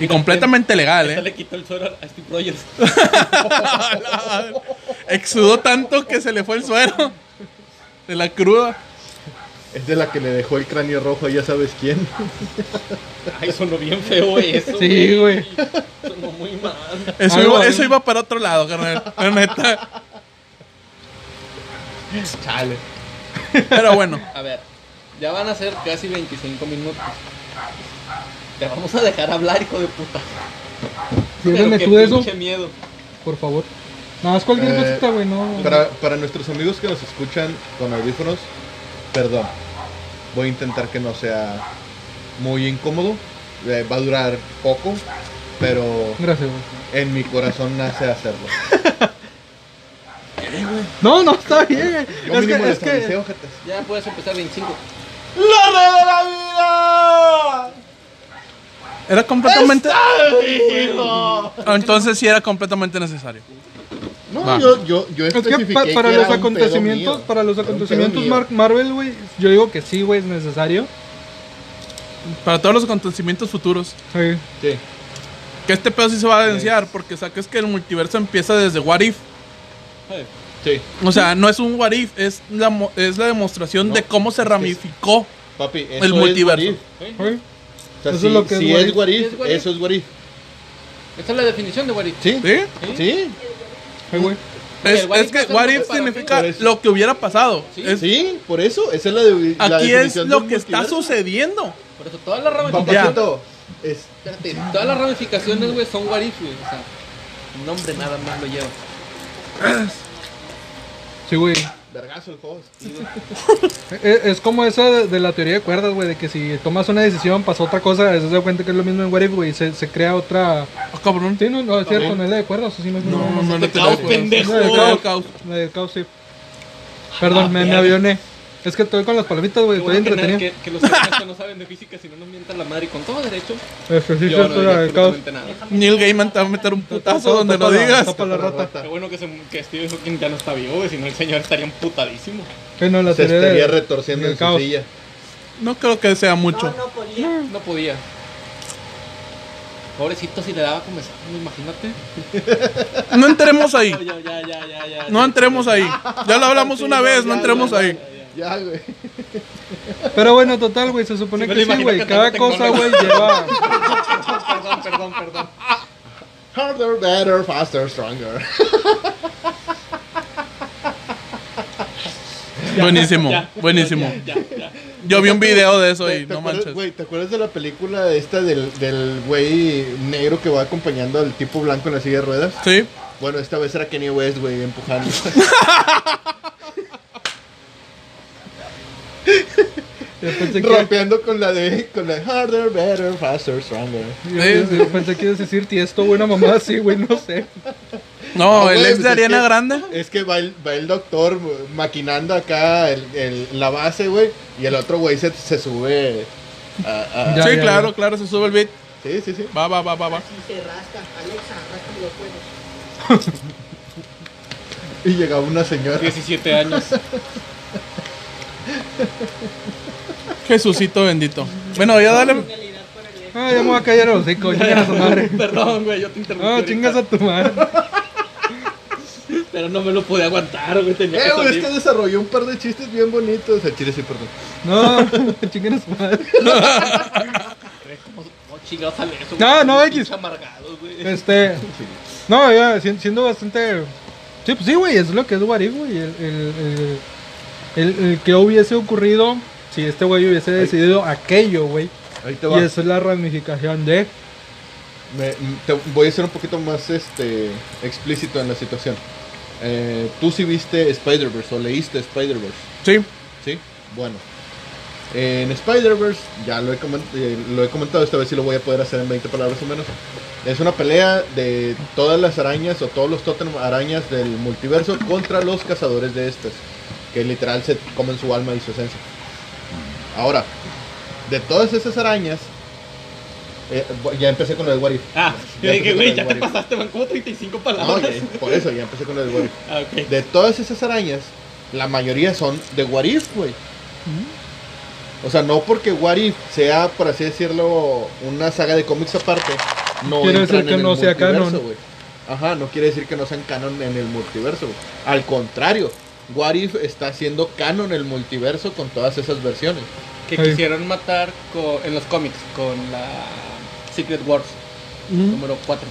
Y completamente legal,
Ya
eh. Ah,
le quitó el suero a Steve Rogers.
Exudó tanto que se le fue el suero. De la cruda.
Es de la que le dejó el cráneo rojo, ya sabes quién.
Ay, sonó bien feo, güey, eso.
Sí, güey.
Sonó muy mal.
Eso,
Algo
iba,
ahí.
eso iba para otro lado, carnal. La neta.
Chale.
Pero bueno.
A ver, ya van a ser casi 25 minutos. Te vamos a dejar hablar, hijo de puta.
Llévenme
qué
tú de eso,
pinche miedo.
por favor. Nada más cualquier
Eh,
cosita, güey, no.
Para, para nuestros amigos que nos escuchan con audífonos, perdón. Voy a intentar que no sea muy incómodo. Eh, va a durar poco, pero
Gracias, güey.
en mi corazón nace hacerlo.
No, no, está bien, güey.
Yo
Es
mínimo
que,
les
es
avisé,
que.
ojetes.
Ya puedes empezar 25.
Era completamente. Entonces sí era completamente necesario.
No,
Va.
yo, yo, yo
Es que
especifiqué
pa- para,
que
los
era un pedo
acontecimientos,
mío.
para los
Era un pedo
acontecimientos
mío.
Mar- Marvel, güey, yo digo que sí, güey, es necesario.
Para todos los acontecimientos futuros.
Sí.
Sí.
Que este pedo sí se va a denunciar. Porque saques que el multiverso empieza desde What If.
Sí,
O sea, no es un What If, es la, mo- es la demostración
No,
de cómo se
es que-
ramificó.
papi, eso
El
es
multiverso.
what if.
¿eh?
Güey.
O sea,
Eso
si,
es lo que es
si
what
es
if.
what
¿Sí
if,
es what
eso es what if.
Esa es la definición de Warif.
¿Sí?
¿Sí?
¿Sí?
¿Sí?
Ay, güey.
Es,
el what
es
if
que
no se
What
rompe
If
para
significa
ti.
lo que hubiera pasado.
Sí.
Es-
Sí, por eso, esa es la, de, la
aquí es
definición
lo
del
que está
multiverso.
sucediendo.
Por eso todas las ramificaciones.
Papacito, es-
espérate, todas las ramificaciones, güey, son Warif, güey. O sea, un nombre nada más lo lleva.
Sí, güey.
Vergazo el host.
E- e- Es como esa de, de la teoría de cuerdas, güey, de que si tomas una decisión pasa otra cosa, se da cuenta que es lo mismo en What If, güey, se, se crea otra...
Ah, cabrón.
Sí, no, no, es cierto, no es la de cuerdas, o sí, no es
No, no,
te
no te
caos,
la-
pendejo. Ah,
No, no, no, caos.
La del caos, sí. Perdón, me, me avioné. Es que estoy con las palomitas, güey,
Qué
estoy
bueno que, na-
entretenido.
que, que los que no saben de física, si no nos mientan la madre y con todo derecho.
Es que sí,
Yo no
cierto, la
diría
del caos.
absolutamente nada.
Neil Gaiman te va a meter un putazo
Tapa-
donde
tapa
lo
la-
digas.
Tapa la rata.
Qué bueno que, se, que Stephen Hawking ya no está vivo, güey, si no el señor estaría emputadísimo.
Que no, la
Se
teoría
estaría
de-
retorciendo
del
en su
caos.
silla.
No creo que sea mucho.
No, no podía.
No podía. Pobrecito, si le daba comezón, imagínate.
No, entremos ahí.
Ya, ya, ya, ya, ya.
No entremos ahí. Ya lo hablamos
Sí,
una
no,
vez,
ya,
no entremos
ya,
ahí.
Ya, güey.
Pero bueno, total, güey, se supone
Sí, me
que sí,
lo imagino
güey.
que
Cada
te-
cosa,
te-
güey, lleva.
Perdón, perdón, perdón.
Harder, better, faster, stronger.
Buenísimo,
Ya, ya,
buenísimo.
Ya, ya.
Yo vi un video de eso
¿Te-
y
te
no
acuerdas,
manches.
güey, ¿Te acuerdas de la película esta del, del güey negro que va acompañando al tipo blanco en la silla de ruedas?
Sí.
Bueno, esta vez era Kenny West, güey, empujando.
Yo pensé que.
Rompeando con la de con la de harder, better, faster, stronger.
Yo, yo pensé que ibas a decir tiesto, güey, una mamá así, güey, no sé.
No,
No,
el
güey,
ex
pues
de
es
Ariana
que-
Grande.
Es que va el, va el doctor maquinando acá el, el- la base, güey, y el otro güey se, se sube a, a-
Ya,
Sí,
ya,
claro,
ya.
claro, se sube el beat.
Sí, sí, sí.
Va, va, va, va, va.
Si se rasca. Alexa, rasca los juegos.
Y llegaba una señora.
17 años.
Jesucito bendito. Bueno, ya dale.
Realidad para el
Ah, ya me voy a callar a los cinco, chingas a su madre.
Perdón, güey, yo te interrumpí.
Ah,
ahorita.
chingas a tu madre.
Pero no me lo pude aguantar, güey, tenía que
Eh, güey, es
salir.
que desarrolló un par de chistes bien bonitos. El chile sí, perdón.
No, chingas a su madre.
¿Cómo- cómo chingados sale eso, güey?
No, no,
Pinche
X.
amargados, güey.
Este. No, ya, si- siendo bastante. Sí, pues sí, güey, es lo que es Warif, güey. El, el, el, el- el que hubiese ocurrido si este güey hubiese decidido aquello, güey.
Ahí te va.
Y eso es la ramificación de.
Me- m- te- voy a ser un poquito más este explícito en la situación. Eh, Tú sí viste Spider-Verse o leíste Spider-Verse,
Sí.
¿sí? Bueno. En Spider-Verse, ya lo he, comen- eh, lo he comentado, esta vez sí lo voy a poder hacer en 20 palabras o menos. Es una pelea de todas las arañas o todos los totem arañas del multiverso contra los cazadores de estas, que literal se comen su alma y su esencia. Ahora, de todas esas arañas, eh, ya empecé con lo de What If.
Ah,
Ya
yo dije, güey, ya
empecé con el
te
what if.
pasaste, van como 35
No,
palabras.
ya, por eso ya empecé con el What If.
Ah, ok.
De todas esas arañas, la mayoría son de What If, güey.
Mm.
O sea, no porque What If sea, por así decirlo, una saga de cómics aparte, no
Quiere
entran
decir que
en el
no sea
multiverso,
canon.
güey. Ajá, no quiere decir que no sean canon en el multiverso, güey. Al contrario, What If está haciendo canon el multiverso con todas esas versiones.
que
Ahí.
quisieron matar co- en los cómics con la Secret Wars número 4.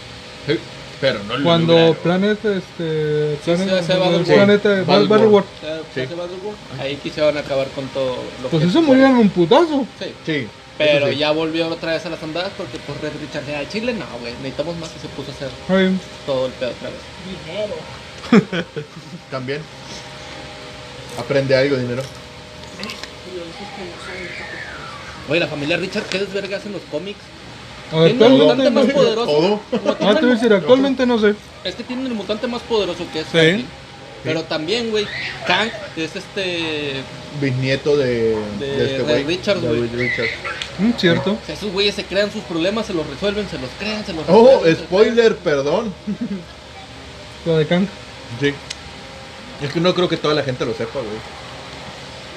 Sí, Pero no lo
Cuando
lograron.
Planet, este. Planet,
se- se va del
Planet, eh,
Battle
Battle Battle War.
War.
O sea,
Sí.
Battle War, Ahí quisieron acabar con todo lo
Pues
que-
eso murieron un putazo.
Sí.
Sí,
Pero
Eso sí.
ya volvió otra vez a las andadas porque pues Red Richard al Chile no, güey. Necesitamos más y se puso a hacer
Ay,
todo el pedo otra vez.
Dinero.
También. Aprende algo, dinero.
Y lo dices que no saben.
Oye, la familia Richard, ¿qué desvergas en los cómics?
a ver,
Tienen el
¿cuál?
mutante más poderoso.
Todo.
Ah,
Como
te voy a
tienen-
decir, actualmente no sé.
Es que tienen el mutante más poderoso que es Franklin. Pero también, güey, Kang es este.
Bisnieto de,
De-
de este
de
güey.
Richards,
de
güey.
Reed Richards.
Mm, cierto.
o sea, esos güeyes se crean sus problemas, se los resuelven, se los crean, se los
Oh,
resuelven, se los
spoiler, perdón.
Lo de Kang.
Sí. Es que no creo que toda la gente lo sepa, güey.
crean.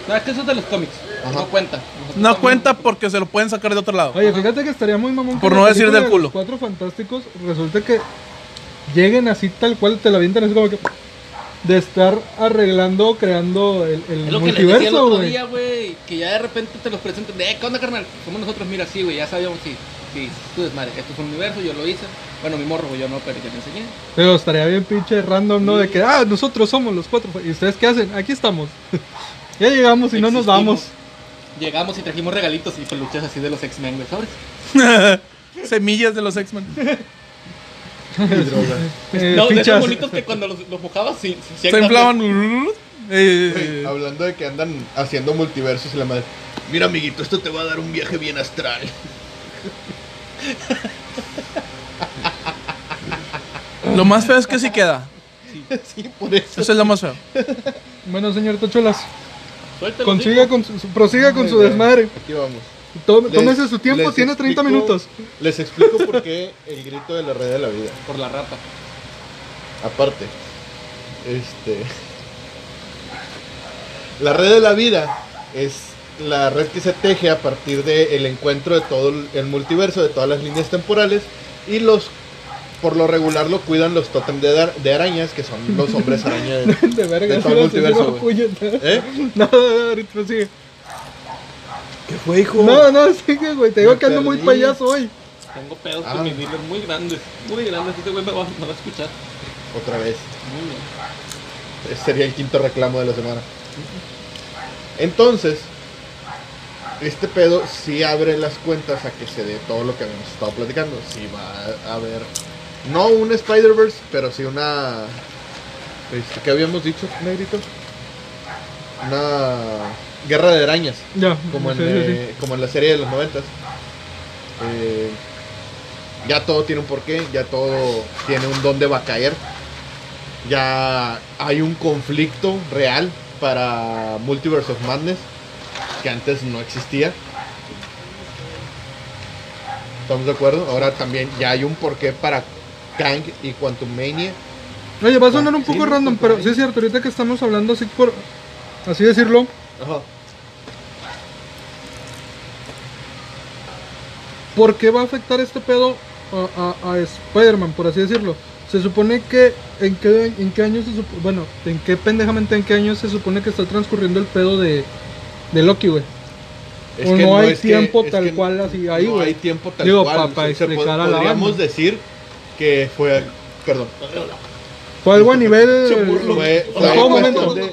No, es que eso es de los cómics.
Ajá.
No cuenta. Nosotros
No
también-
cuenta porque se lo pueden sacar de otro lado.
Oye, fíjate que estaría muy mamón. que
Por
la
no decir
película
del
de
culo.
Los cuatro fantásticos resulta que lleguen así tal cual, te la avientan así como que. De estar arreglando, o creando el, el
Es lo que les decía el
multiverso,
otro
güey.
día, güey. Que ya de repente te los presenten. De, "Eh, ¿qué onda, carnal? Somos nosotros, mira, sí, güey. Ya sabíamos, sí. Sí, tú desmadre. Esto es un universo, yo lo hice. Bueno, mi morro, güey, yo no, pero yo le enseñé.
Pero estaría bien pinche random, ¿no? De que, ah, nosotros somos los cuatro. ¿Y ustedes qué hacen? Aquí estamos. ya llegamos y no nos
Existimos.
vamos.
Llegamos y trajimos regalitos y peluches así de los X-Men, güey, ¿sabes?
Semillas de los X-Men.
Y droga.
Eh,
no, de esos
fichas.
bonitos que cuando los, los mojabas, sí, sí, sí,
Se inflaban. Eh,
Güey, Hablando de que andan haciendo multiversos y la madre. Mira, amiguito, esto te va a dar un viaje bien astral.
lo más feo es que sí queda.
sí, por eso.
Eso es lo más feo.
Bueno, señor Tocholas,
Suéltalo,
consiga
sí.
con su, su- prosiga con su
Ay, güey,
desmadre.
Aquí vamos.
Tome-
Les-
Tómese su tiempo,
les
tiene 30
explico-
minutos.
Les explico por qué el grito de la red de la vida.
Por la rata.
Aparte, este. La red de la vida es la red que se teje a partir del encuentro de todo el- el multiverso, de todas las líneas temporales. Y los, por lo regular, lo cuidan los totem de, ara- de arañas, que son los hombres araña. de-
De verga,
De
sí,
todo el
no,
multiverso,
sí, no, cuyo,
¿Eh?
No, no, ahorita prosigue.
¿Qué fue, hijo?
No, no, sigue, güey. Te digo
Me
que ando muy
perdí.
payaso hoy.
Tengo pedos
Ah.
con mis libros muy grandes. Muy grandes. Este güey me va, me va a escuchar.
Otra vez.
Muy bien.
Ese sería el quinto reclamo de la semana. Entonces, este pedo sí abre las cuentas a que se dé todo lo que habíamos estado platicando. Sí va a haber, no un Spider-Verse, pero sí una... este, ¿Qué habíamos dicho, negrito? Una guerra de arañas,
Ya,
como en,
sí, sí, sí.
eh, como en la serie de los noventas. Eh, ya todo tiene un porqué, ya todo tiene un dónde va a caer. Ya hay un conflicto real para Multiverse of Madness que antes no existía. ¿Estamos de acuerdo? Ahora también ya hay un porqué para Kang y Quantum Mania.
Oye, va a sonar un
Sí,
poco
no,
random,
por
pero
ahí.
sí es cierto, ahorita que estamos hablando así por así decirlo, ¿por qué va a afectar este pedo a, a- a Spider-Man, por así decirlo? Se supone que en qué en qué año se supo- bueno, en qué pendejamente en qué año se supone que está transcurriendo el pedo de de Loki, güey.
Es
O no hay
es que-
tiempo
es
tal
que
cual así, ahí,
no
güey.
hay tiempo tal
Digo,
cual.
pa- pa
O sea, se
explicar a la
podríamos
banda.
decir que fue... Perdón.
Fue algo a nivel
Fue,
En
fue
todo
en
momento.
cuestión de,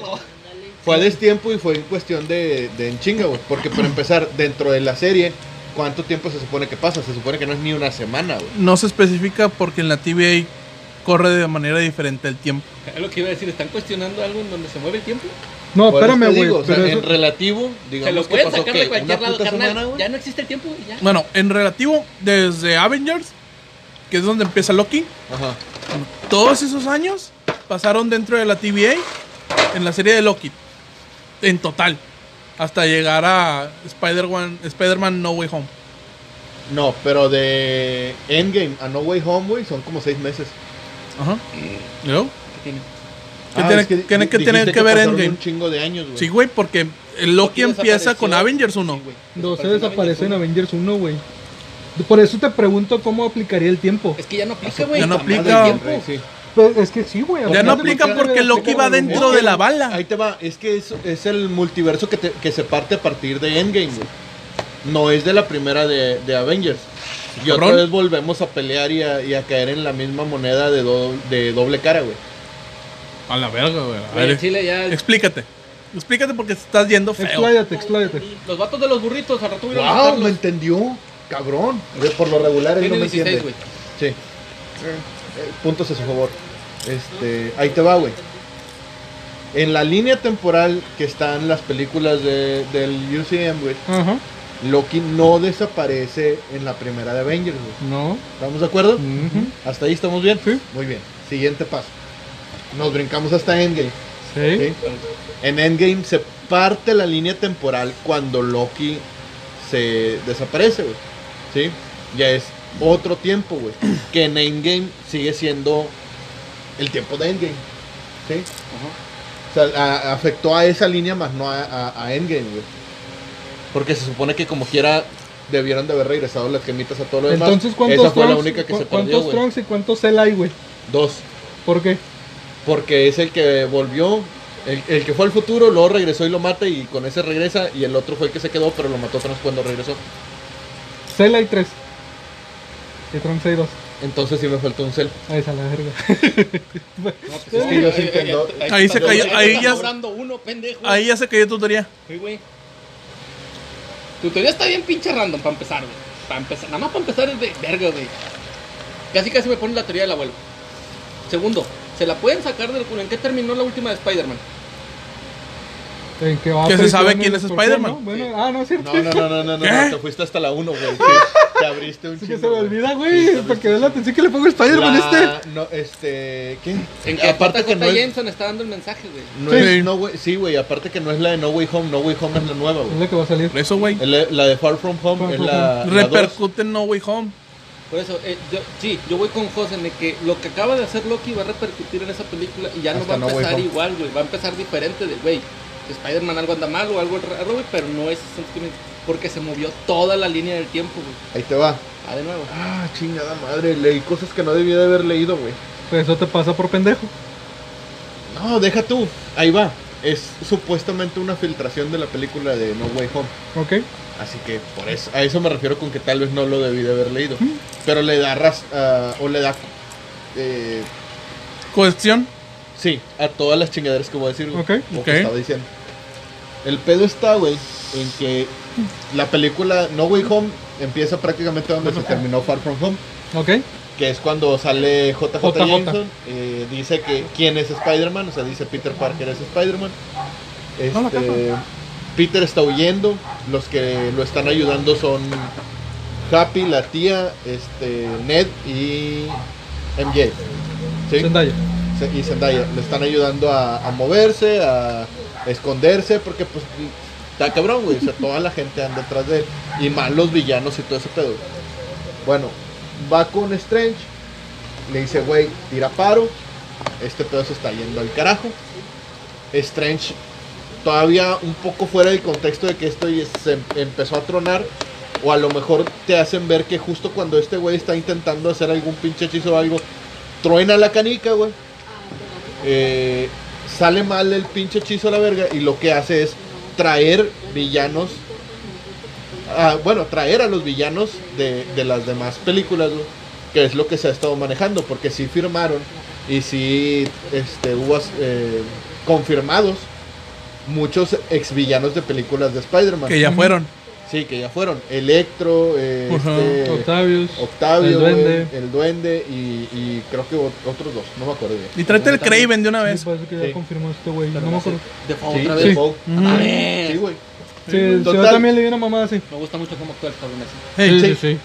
fue a destiempo y fue en cuestión de, de en chinga, güey. Porque para empezar, dentro de la serie, ¿cuánto tiempo se supone que pasa? Se supone que no es ni una semana, güey.
No se especifica porque en la TVA corre de manera diferente el tiempo.
Es lo que iba a decir. ¿Están cuestionando algo en donde se mueve el tiempo?
No,
Por eso
espérame,
te
güey,
digo, o sea,
pero eso-
en relativo,
Se
digamos
lo
que
pueden
pasó
sacar de
que una
cualquier lado,
puta
carnal.
semana, güey.
ya no existe el tiempo y ya.
Bueno, en relativo, desde Avengers, que es donde empieza Loki,
Ajá.
todos esos años pasaron dentro de la TVA en la serie de Loki. En total. Hasta llegar a Spider-Man Spider No Way Home.
No, pero de Endgame a No Way Home, güey, son como seis meses.
Ajá. ¿No?
¿Qué tiene?
¿Qué
Ah,
tiene- tiene que
dijiste
tener que ver
pasaron
Endgame?
un chingo de años, güey.
Sí, güey, porque el Loki empieza
desapareció.
con Avengers 1.
Sí, güey.
Pues,
no se
Desapareció
desaparece en Avengers 1, güey. Por eso te pregunto cómo aplicaría el tiempo.
Es que ya no aplica, güey.
Ya no
Madre,
aplica.
el tiempo.
Sí.
Pero es que sí, güey. al
Ya
final
no
de
aplica
cuentas,
porque
güey,
Loki
aplica
va
lo mismo.
dentro de la bala.
Ahí te va, es que es, es el multiverso que, te- que se parte a partir de Endgame, güey. No es de la primera de, de Avengers. Y otra
Cabrón.
vez volvemos a pelear y a, y a caer en la misma moneda de, do- de doble cara, güey.
A la verga, güey. A
Güey,
ver,
en Chile ya.
Explícate. Explícate porque te estás yendo feo.
Expláyate, expláyate.
Los vatos de los burritos, al rato voy a ir a
¡Wow! Me
matarlos.
entendió. Cabrón. Yo, Por lo regular él no
Tiene
me
16,
entiende.
güey.
Sí. Eh, puntos a su favor. Este, ahí te va, güey. En la línea temporal que están las películas de, del UCM, güey,
Ajá.
Loki no desaparece en la primera de Avengers, güey.
No.
¿Estamos de acuerdo?
Ujú.
¿Hasta ahí estamos bien?
Mm. Sí.
Muy bien. Siguiente paso. Nos brincamos hasta Endgame.
Sí.
¿sí? En Endgame se parte la línea temporal cuando Loki se desaparece, güey. ¿Sí? Ya es otro tiempo, güey. Que en Endgame sigue siendo el tiempo de Endgame. ¿Sí? O sea, a- afectó a esa línea más no a, a- a Endgame, güey. Porque se supone que como quiera debieron de haber regresado las gemitas a todo lo demás.
Entonces,
esa
¿cuántos
fue la
Trunks,
única que
cu-
se perdió,
¿cuántos
güey.
Trunks y cuántos Cell hay, güey?
Dos.
¿Por qué?
Porque es el que volvió, el, el que fue al futuro, luego regresó y lo mata y con ese regresa y el otro fue el que se quedó, pero lo mató atrás cuando regresó.
Cell hay tres. Y Trunks hay dos.
Entonces sí me faltó un cel.
Ahí está la verga.
Es que yo sí entiendo.
Ahí se cayó- ahí ya-
cobrando uno, pendejo.
Ahí ya se cayó tu teoría.
Sí, güey. Tu teoría está bien pinche random para empezar, güey. Para empezar, nada más para empezar es de verga, güey. Casi casi me pones la teoría del abuelo. Segundo, ¿se la pueden sacar del culo? ¿En qué terminó la última de Spider-Man?
En que va
Que se
Patrick
sabe
Warner,
quién es
¿por qué
Spider-Man.
no? Bueno, ah, no es cierto.
No, no, no, no, no, no, no,
¿Qué?
te fuiste hasta la 1, güey. sí. te abriste un
Así
chingo.
que se me
güey.
olvida,
Sí,
güey.
te
para
abriste
que veas la atención que le pongo a Spider-Man
La-
este.
No, este, ¿qué?
En que
aparte que no es,
Jensen está dando el mensaje, güey.
no
Sí.
es no, güey, sí, güey, aparte que no es la de No Way Home, No Way Home es la nueva,
Es
güey.
la que va a salir.
Por eso, güey.
Es La, la de Far From Home
Far
es
From
la, la dos.
Repercute en No Way Home.
Por eso, eh, yo, sí, yo voy con José en el que lo que acaba de hacer Loki va a repercutir en esa película y ya no
Hasta
va a
No Way
empezar
Home.
igual, güey. Va a empezar diferente de, güey, Spider-Man algo anda mal o algo raro, güey, pero no es sentimiento porque se movió toda la línea del tiempo, güey.
Ahí te va.
Ah, de nuevo.
Ah, chingada madre, leí cosas que no debía de haber leído, güey.
Pues eso te pasa por pendejo.
No, deja tú. Ahí va. Es supuestamente una filtración de la película de No Way Home.
¿Ok?
Así que por eso, a eso me refiero con que tal vez no lo debí de haber leído. Pero le da ras- a- o le da eh,
Cuestión.
sí a todas las chingaderas que voy a decir. güey,
Ok,
o
ok.
que estaba diciendo. El pedo está, güey, en que la película No Way Home empieza prácticamente donde se terminó Far From Home.
¿Ok?
que es cuando sale JJ,
JJ.
Jameson, eh, dice que quién es Spider-Man, o sea, dice Peter Parker es Spider-Man.
No, la
Este, Peter está huyendo, los que lo están ayudando son Happy, la tía, este, Ned y MJ. ¿sí?
Zendaya.
Se- y Zendaya le están ayudando a, a moverse, a esconderse, porque pues está cabrón, güey. O sea, toda la gente anda detrás de él. Y más los villanos y todo ese pedo. Bueno, va con Strange, le dice, güey, tira paro. Este pedo se está yendo al carajo. Strange todavía un poco fuera del contexto de que esto y se em- empezó a tronar. O a lo mejor te hacen ver que justo cuando este güey está intentando hacer algún pinche hechizo o algo, truena la canica, güey. Eh, sale mal el pinche hechizo a la verga y lo que hace es traer villanos. ah, bueno, traer a los villanos de, de las demás películas, güey, que es lo que se ha estado manejando, porque sí firmaron y sí este, hubo eh, confirmados muchos ex villanos de películas de Spider-Man.
Que ya fueron.
Sí, que ya fueron. Electro, eh,
Ajá,
este,
Octavius.
Octavio,
El
el
Duende.
duende, el duende y, y creo que ot- otros dos, no me acuerdo bien.
Y tráete el Craven de una
Me
vez.
parece que ya
Sí.
confirmó este güey.
Pero
No me
no sé,
acuerdo.
De favor,
Sí,
otra
de
vez.
Vogue.
Ujú.
Sí, güey.
Sí, el
Total.
señor también le dio una mamada así.
Me gusta mucho cómo actúa el cabrón así.
pues.
Hey,
Sí.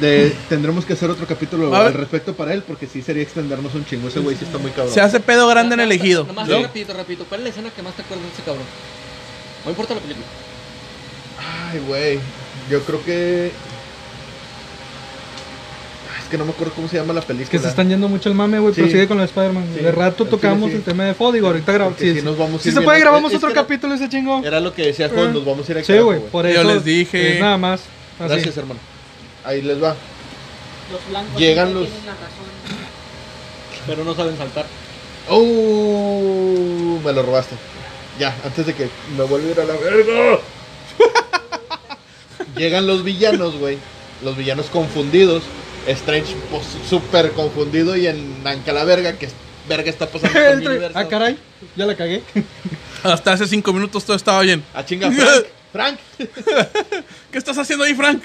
De- tendremos que hacer otro capítulo
A ver.
al respecto para él, porque sí sería extendernos un chingo. Ese güey sí está muy cabrón.
Se hace pedo grande en el elegido.
Nomás
¿no?
rapidito, rapidito. ¿Cuál es la escena que más te acuerdas de ese cabrón? No importa la película.
Ay, güey. Yo creo que. Ah, Es que no me acuerdo cómo se llama la película.
Es que se están yendo mucho el mame, güey.
Sí.
Pero sigue con la de Spider-Man.
Sí.
De rato
Al
tocamos
chile sí.
el tema de Fod. Digo, ahorita grabamos.
Porque
Sí,
sí
sí.
nos vamos a
Si
ir
se puede,
viendo-
grabamos
Es que
otro
era-
capítulo ese chingo.
Era lo que decía Juan,
Eh.
nos vamos a ir a
Sí, güey. Por
Yo
eso.
les dije.
es nada más. Así.
Gracias, hermano. Ahí les va.
Los blancos
Llegan
siempre
los-
tienen la razón.
Pero no saben saltar.
¡Oh! Me lo robaste. Ya, antes de que me vuelva a ir a la verga. Llegan los villanos, güey. Los villanos confundidos. Strange, pues, súper confundido. Y en Nanca la verga, que es- verga está pasando en mi
ah,
universo.
caray. Ya la cagué.
Hasta hace cinco minutos todo estaba bien.
A Ah, chinga, Frank. Frank.
¿Qué estás haciendo ahí, Frank?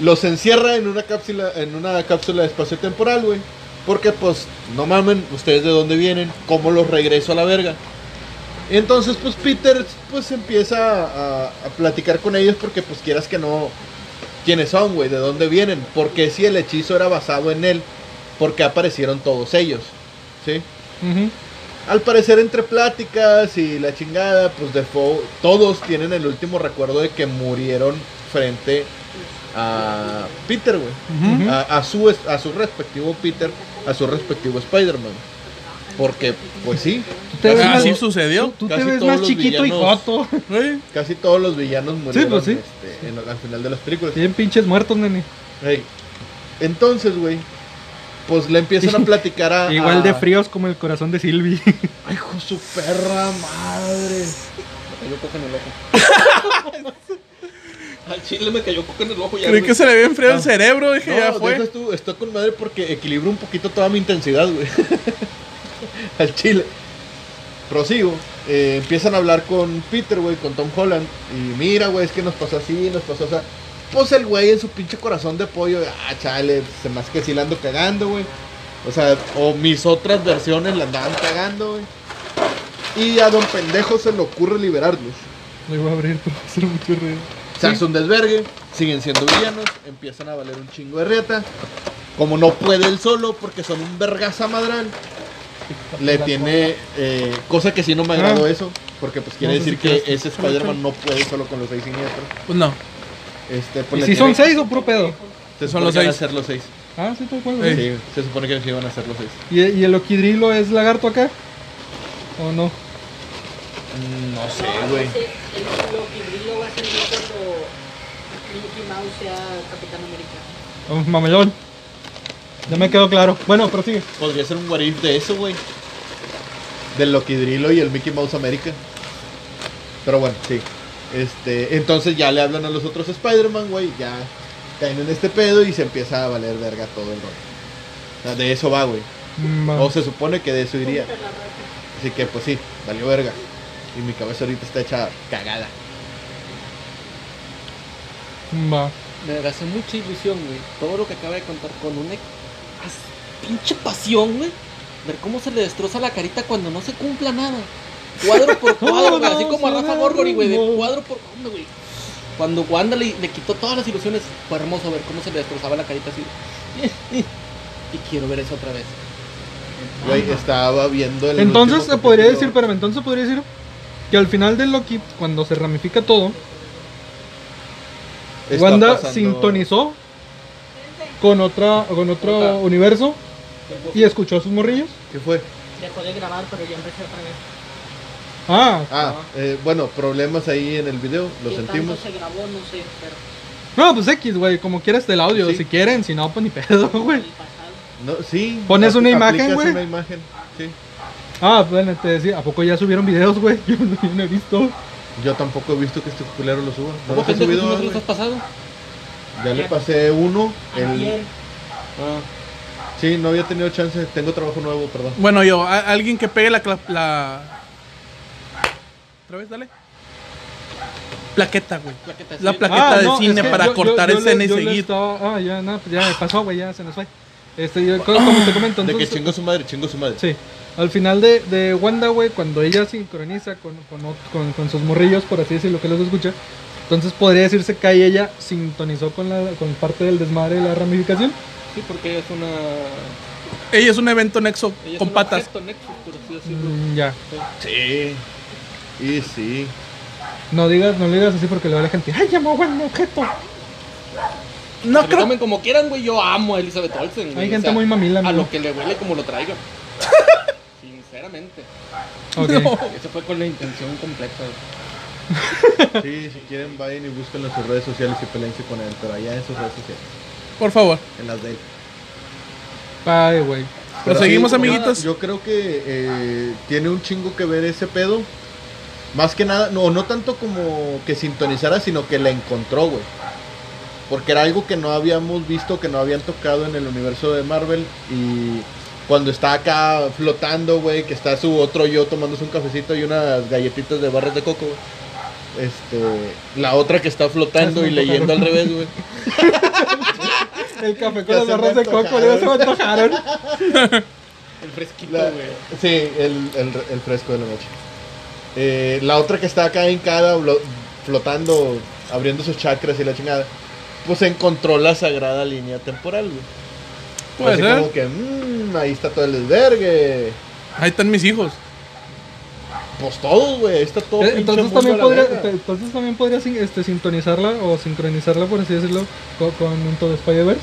Los encierra en una cápsula, en una cápsula espacio-temporal, güey. Porque, pues, no mamen, ustedes de dónde vienen, cómo los regreso a la verga. Entonces, pues, Peter, pues, empieza a, a platicar con ellos porque, pues, quieras que no... ¿Quiénes son, güey? ¿De dónde vienen? Porque si el hechizo era basado en él, porque aparecieron todos ellos, ¿sí?
Ujú.
Al parecer entre pláticas y la chingada, pues Defoe, todos tienen el último recuerdo de que murieron frente a Peter, güey.
Ujú.
a, a su, es- a su respectivo Peter, a su respectivo Spider-Man. Porque, pues sí,
Tú te ves
Casi
más-
Ah, Así
todo-
sucedió.
Tú te
Casi
ves
todos
más
los
chiquito y
villanos-
joto.
güey.
casi todos los villanos murieron
pues, sí.
este, en- al final de las películas.
Bien pinches muertos, nene.
Ey, Entonces, güey, pues le empiezan a platicar a...
Igual de
a-
fríos como el corazón de Silvi.
¡Ay, hijo de su perra madre!
Me cayó coca en el ojo. Al chile me cayó coca en el ojo ya.
Creí
güey.
que se le había enfriado el cerebro, dije, ya
No,
fue.
dejas tú, estoy con madre porque equilibro un poquito toda mi intensidad, güey. Al chile. Prosigo. eh, empiezan a hablar con Peter, güey, con Tom Holland. Y mira, güey, es que nos pasó así, nos pasó así. Pues el güey en su pinche corazón de pollo, ah, chale, se más que sí la ando cagando, güey. O sea, o mis otras versiones la andaban cagando, güey. Y a don pendejo se le ocurre liberarlos.
Le voy a abrir porque hacer mucho ruido.
Se hace un desvergue, siguen siendo villanos, empiezan a valer un chingo de reta. Como no puede él solo, porque son un vergaza madral, le tiene. eh, cosa que sí no me agradó
Ah.
eso, porque pues quiere
No sé si
decir que
quieres-
ese Spider-Man no puede solo con los seis siniestros.
Pues no.
Este,
¿Y
pues le
si
tiene-
son seis o puro pedo?
Se
Son
supone
los
que van a
seis.
ser los seis.
Ah, sí, tal cual.
Sí.
güey.
Sí, se supone que sí van a ser los seis.
¿Y, y el oquidrilo es lagarto acá? ¿O no?
Mm, No sé, güey.
Ese- El Loki va a salir cuando Mickey Mouse sea Capitán América.
Oh, mamelón. Ya me quedó claro. Bueno, prosigue.
Podría ser un what if de eso, güey. Del Loquidrilo y el Mickey Mouse América. Pero bueno, sí. Este, entonces ya le hablan a los otros Spider-Man, güey. Ya caen en este pedo y se empieza a valer verga todo el rollo. O sea, de eso va, güey.
Mm, va.
O se supone que de eso iría. Así que, pues sí, valió verga. Y mi cabeza ahorita está hecha cagada.
Ah. mm, Va.
Me hace mucha ilusión, güey. Todo lo que acaba de contar con una as- pinche pasión, güey. Ver cómo se le destroza la carita cuando no se cumpla nada. Cuadro por cuadro, güey. Así como a Rafa Gorgori, güey. De cuadro por cuadro, güey. Cuando Wanda le, le quitó todas las ilusiones, fue hermoso ver cómo se le destrozaba la carita así. Y quiero ver eso otra vez.
Güey, estaba viendo el.
Entonces
último
se podría
capítulo.
decir, pero entonces se podría decir que al final de Loki, cuando se ramifica todo,
Está
Wanda
pasando-
sintonizó con otra con otro
Otra.
universo y escuchó a sus morrillos.
¿Qué fue?
Dejó de grabar, pero ya empecé otra vez.
Ah,
Ah, eh, bueno, problemas ahí en el video, lo
¿Qué
sentimos.
tanto se grabó? No sé, pero
no, pues X, güey, como quieras del audio,
Sí.
si quieren, si no, pues ni pedo, güey.
el pasado.
No, sí.
Pones
apl-
una imagen,
aplicas
güey.
una imagen, sí.
Ah, bueno, te decía, ¿a poco ya subieron videos, güey? Yo no, yo no he visto.
Yo tampoco he visto que este culero lo suba. No
¿Cómo
los ha
pendejo
subido,
tú no se
güey.
los has pasado?
Ya le pasé uno.
Ayer,
El... Ah. Sí, no había tenido chance. Tengo trabajo nuevo, perdón.
Bueno, yo, a- alguien que pegue la, cla- la. Otra vez, dale. Plaqueta, güey.
Plaqueta,
La
sí.
plaqueta.
Ah,
de
no,
cine
que
para cortar
le-
escena y
le
seguir.
estaba- ah, ya, no, pues ya pasó, güey, ya se nos fue. Este, yo, co- como te comento,
de que
entonces,
chingo su madre, chingo su madre.
Sí. Al final de, de Wanda, güey, cuando ella sincroniza con, con, ot- con- con sus morrillos, por así decirlo, que los escucha, entonces podría decirse que ahí ella sintonizó con, la, con parte del desmadre de la ramificación.
Sí, porque es una.
Ella es un evento nexo
ella es
con
un
patas.
objeto Nexus, por así decirlo.
Mm, ya.
Sí. Y sí.
No digas, no le digas así porque le va a la gente. ¡Ay, llamó a Wanda objeto!
No,
No creo.
Tomen como quieran, güey. Yo amo a Elizabeth Olsen. güey,
Hay
o
gente
sea,
muy mamila,
A
amigo.
lo que le huele como lo traiga. Sinceramente.
Ok.
No.
Eso fue con la intención completa.
Sí, si quieren, vayan y búsquenlo en sus redes sociales y peleense con él. Pero allá en sus redes sociales,
Por favor.
en las de él.
Ay, güey.
Lo
Pero
seguimos,
sí,
amiguitos.
Yo creo que eh, tiene un chingo que ver ese pedo. Más que nada, no, no tanto como que sintonizara, sino que la encontró, güey. Porque era algo que no habíamos visto, que no habían tocado en el universo de Marvel. Y Cuando está acá flotando, güey, que está su otro yo tomándose un cafecito y unas galletitas de barras de coco, güey. Este, la otra que está flotando y leyendo al revés, güey.
El café con
Ya
las
se me
barras de coco, ya
antojaron.
se me antojaron.
El fresquito,
La-
güey.
sí, el, el, el fresco de la noche. Eh, la otra que está acá hincada, blo- flotando, abriendo sus chakras y la chingada, pues encontró la sagrada línea temporal, güey.
Puede
Así
ser.
como que, "Mm, ahí está todo el desvergue.
Ahí están mis hijos.
Pues todo, güey, ahí está todo.
Eh,
pinche
Entonces
mundo a
también,
la
podría,
verga.
te- entonces también podría sin- este, sintonizarla o sincronizarla, por así decirlo, co- con, un todo Spider-Verse.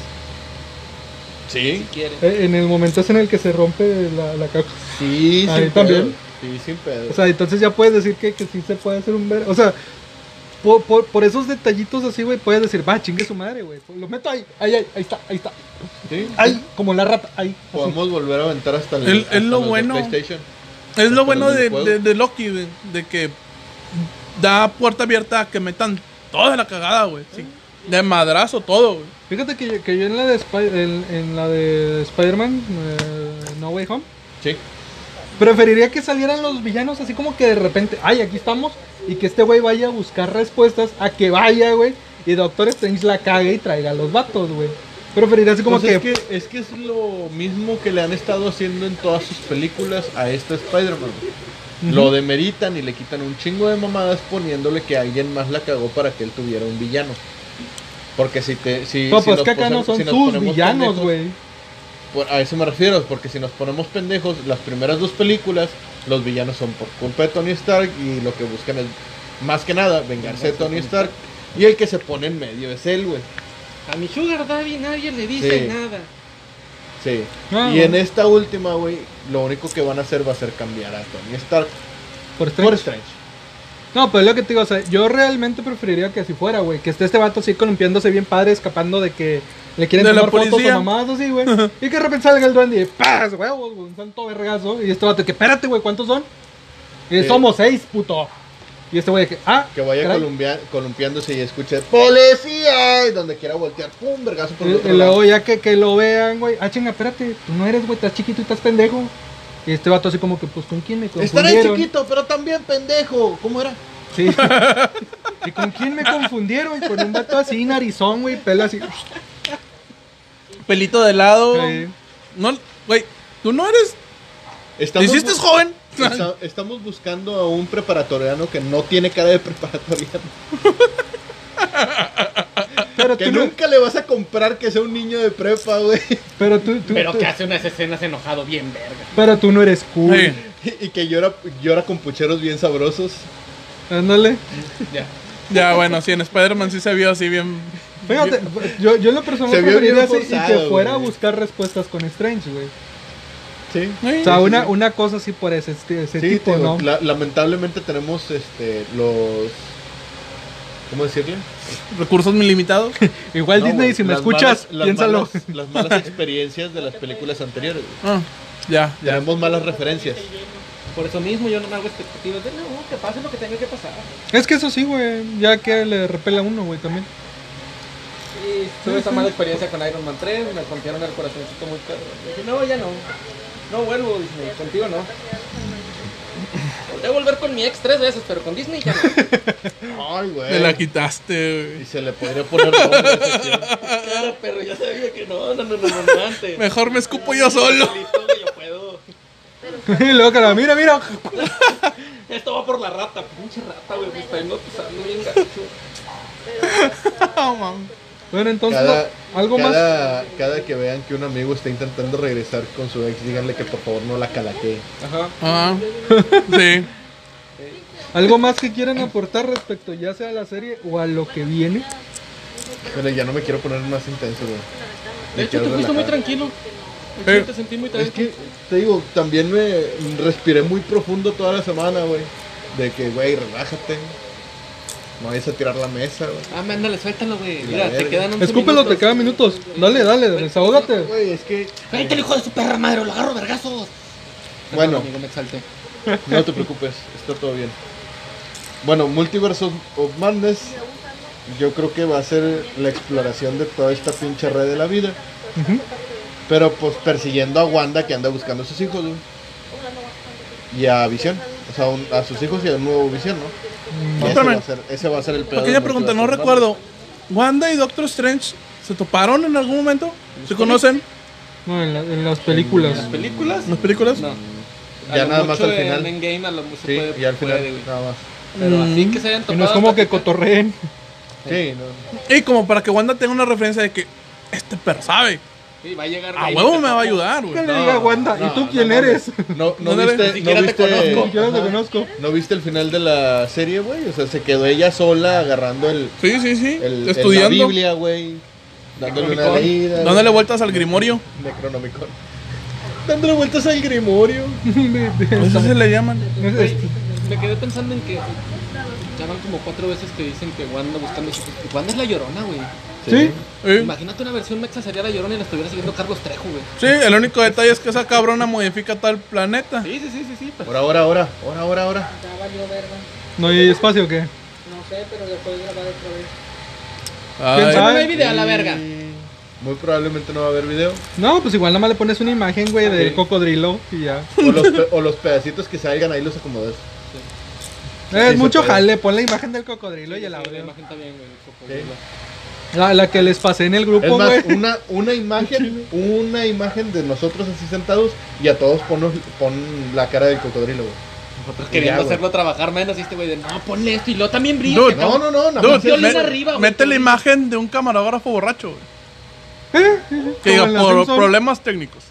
Sí,
¿Quieren?
Eh, en el momento es en el que se rompe la, la caja.
sí,
Ahí
sin
Ah, también.
pedo. Sí, sin pedo.
O sea, entonces ya puedes decir que, que sí se puede hacer un ver. O sea, por, por- por esos detallitos así, güey, puedes decir, va, chingue su madre, güey. Lo meto ahí, ahí, ahí, ahí está, ahí está.
sí,
Ahí, como la rata, ahí. así.
podemos volver a aventar hasta el.
El- es
hasta
lo
los de
bueno.
PlayStation.
Es lo
Hasta
bueno
los
de,
videojuegos.
de- de Loki, güey, de que da puerta abierta a que metan toda la cagada, güey. sí. De madrazo todo, güey.
Fíjate que, yo- que yo en la de, Spy- en, en la de Spider-Man, eh, No Way Home,
Sí.
preferiría que salieran los villanos así como que de repente, ay, aquí estamos, y que este güey vaya a buscar respuestas, a que vaya, güey, y Doctor Strange la cague y traiga a los vatos, güey. Preferiría así como
Pues
que,
Es, que, es que es lo mismo que le han estado haciendo en todas sus películas a este Spider-Man. güey. Lo demeritan y le quitan un chingo de mamadas poniéndole que alguien más la cagó para que él tuviera un villano. Porque si te. Si,
no,
si
pues
nos
que acá
posa-
no son
si nos
sus
ponemos
villanos,
pendejos-
güey.
por- a eso me refiero, porque si nos ponemos pendejos, las primeras dos películas, los villanos son por culpa de Tony Stark y lo que buscan es, más que nada, vengarse de Tony Stark. Y el que se pone en medio es él, güey.
A mi Sugar Daddy nadie le dice
Sí.
nada.
Sí.
Ah,
y en
bueno.
esta última, güey, lo único que van a hacer va a ser cambiar a Tony Stark
Por
por
Strange.
Strange.
No, pues lo que te digo, o sea, yo realmente preferiría que así fuera, güey. Que esté este vato así columpiándose bien padre, escapando de que le quieren
De la
tomar fotos
policía.
a mamadas así, güey. y que de repente salga el duende y ¡paz, huevos, güey! Un santo vergazo. Y este vato que, espérate, güey, ¿cuántos son? Eh,
Sí.
Somos seis, puto. Y este güey que, ah,
Que vaya
caray.
columbia- columpiándose y escuche ¡Policía! Y donde quiera voltear, ¡pum! Vergazo por el
Y,
otro
y luego
lado.
ya que, que lo vean, güey. Ah, chinga, espérate, tú no eres, güey, estás chiquito y estás pendejo. Y este vato así como que, pues, ¿con quién me
Estaré
confundieron?
chiquito, pero también pendejo. ¿Cómo era?
Sí. ¿Y con quién me confundieron? Con un vato así, narizón, güey, pelo así.
Pelito de
Oh.
lado.
Sí.
No, güey, tú no eres.
Estamos
¿Te hiciste
bu-
joven?
Está- estamos buscando a un preparatoriano que no tiene cara de preparatoriano.
Pero
Que
tú no-
nunca le vas a comprar que sea un niño de prepa, güey.
Pero tú, tú-
Pero
tú-
que hace unas escenas enojado bien verga.
pero tú no eres cool.
Sí.
Y que llora, llora con pucheros bien sabrosos.
Ándale.
Ya.
Ya, bueno, sí, en Spider-Man sí se vio así bien.
Fíjate, pues, yo, yo en lo personal
Se vio
preferiría
bien
así y que
forzado,
fuera
güey.
a buscar respuestas con Strange, güey.
Sí.
Sí.
O sea, una, una cosa así por ese, este- ese
Sí,
tipo,
digo,
¿no?
la- lamentablemente tenemos este los ¿cómo decirle?
Recursos muy limitados.
Igual
No,
Disney,
güey,
si me
las
escuchas,
malas- las
piénsalo.
malas- las malas experiencias de las películas anteriores. güey.
Ah, ya, ya.
Tenemos malas referencias.
Por eso mismo yo no me hago expectativas de no, que pase lo que tenga que pasar.
Es que eso sí, güey. Ya que le repela a uno, güey, también.
Y tuve esa mala experiencia con Iron Man 3, me rompieron el corazoncito muy caro. Dije, no, ya no. No vuelvo, Disney, contigo no. Volví a volver con mi ex tres veces, pero con Disney ya no.
Ay,
Te la
güey.
quitaste,
Y
güey.
se le podría poner nombre a ese tío.
Claro, pero yo sabía que no, no, no, no, no, no antes.
Mejor me escupo yo solo.
Listo, güey, yo puedo.
y luego que la mira, mira.
Esto va por la rata, pinche rata, güey, me está hipnotizando bien gacho.
No, mam.
Bueno, entonces,
Cada,
¿no? algo más.
cada, cada que vean que un amigo está intentando regresar con su ex, díganle que por favor no la calaquee.
Ajá.
Ah, sí.
Algo más que quieran aportar respecto ya sea a la serie o a lo que viene.
Pero ya no me quiero poner más intenso, güey. Me
De hecho,
quiero
te fuiste muy
relajar.
tranquilo.
Eh.
Yo te sentí muy
Es
tranquilo.
que, te digo, también me respiré muy profundo toda la semana, güey. De que, güey, relájate. No vayas a tirar la mesa, güey.
Ah, mándale, suéltalo, güey.
La
Mira, te
verga.
quedan un
Escúpelo, te quedan minutos. Dale, dale, desahógate.
Güey, es que...
Vente, el hijo de su perra madre, lo agarro vergazos.
Bueno.
amigo, me exalté.
No te preocupes, está todo bien. Bueno, Multiverse of- of Madness, yo creo que va a ser la exploración de toda esta pinche red de la vida.
Ujú.
Pero pues persiguiendo a Wanda que anda buscando a sus hijos, güey. Y a Visión. O sea, un- a sus hijos y a un nuevo Visión,
Mm,
¿no? Y ese, va
Espérame.
a ser, ese va a ser el peor.
Pequeña pregunta, no recuerdo. ¿Wanda y Doctor Strange se toparon en algún momento? ¿Se conocen
No, en, la- en las películas.
¿Las películas?
en las películas?
No.
Ya
lo
nada más
mucho
al
en
final.
Endgame a lo mucho
Sí,
puede,
y al
puede,
final.
güey.
Nada más.
Pero así que se hayan
Y
topado.
no es como que
hasta-
cotorreen.
Sí, no.
Y como para que Wanda tenga una referencia de que este perro sabe.
Sí, va a llegar.
A
ahí,
huevo
te
me va
topo.
a ayudar,
¿Qué
güey.
le diga a Wanda? ¿Y
Pues no,
tú
no
quién
mames.
eres?
No, no,
No debe-
viste,
ni
no,
siquiera te
viste,
conozco.
Yo no te
Ajá.
conozco.
¿No viste el final de la serie, güey. O sea, se quedó ella sola agarrando el,
Sí, sí, sí.
el, el- la
Estudiando,
Biblia, güey. Dándole una
Necronomicon.
leída. güey.
dándole vueltas al grimorio.
Necronomicon. Dándole vueltas al Grimorio.
Pues
Eso se le llaman.
Güey, me quedé pensando en que. Ya van como cuatro veces que dicen que Wanda buscando. su- Wanda es la llorona, güey.
¿Sí?
Sí.
Imagínate una versión mexa sería la llorona y la estuviera siguiendo Carlos Trejo, güey.
Sí, el único detalle es que esa cabrona modifica tal planeta.
Sí, sí, sí, sí, sí. pero-
Ahora, ahora, ahora. Ahora, ahora, ahora.
Ya valió verga.
¿No hay espacio o qué?
No sé, pero lo puedes grabar otra vez.
Ay,
¿Quién sabe?
No hay video a la verga.
Y Muy probablemente no va a haber video.
No, pues igual nada más le pones una imagen, güey, del
Ok.
cocodrilo y ya.
O los, pe- o los pedacitos que salgan ahí los acomodas.
Es
se
mucho
puede.
jale, pon la imagen del cocodrilo y el
La
audio.
imagen también, güey. por
Sí.
favor.
La, la que les pasé en el
Es
grupo,
más,
güey.
una, una imagen, una imagen de nosotros así sentados y a todos ponos, pon la cara del cocodrilo, güey.
Nosotros
Ya,
queriendo
güey.
hacerlo trabajar menos y este güey de no, ponle esto y lo también brilla.
Dude,
cabrón".
No, no, no, nada
Dude,
más es-
me-
arriba, güey.
mete la imagen de un camarógrafo borracho, güey. Que
Como
diga,
en la
por
Simpson.
problemas técnicos.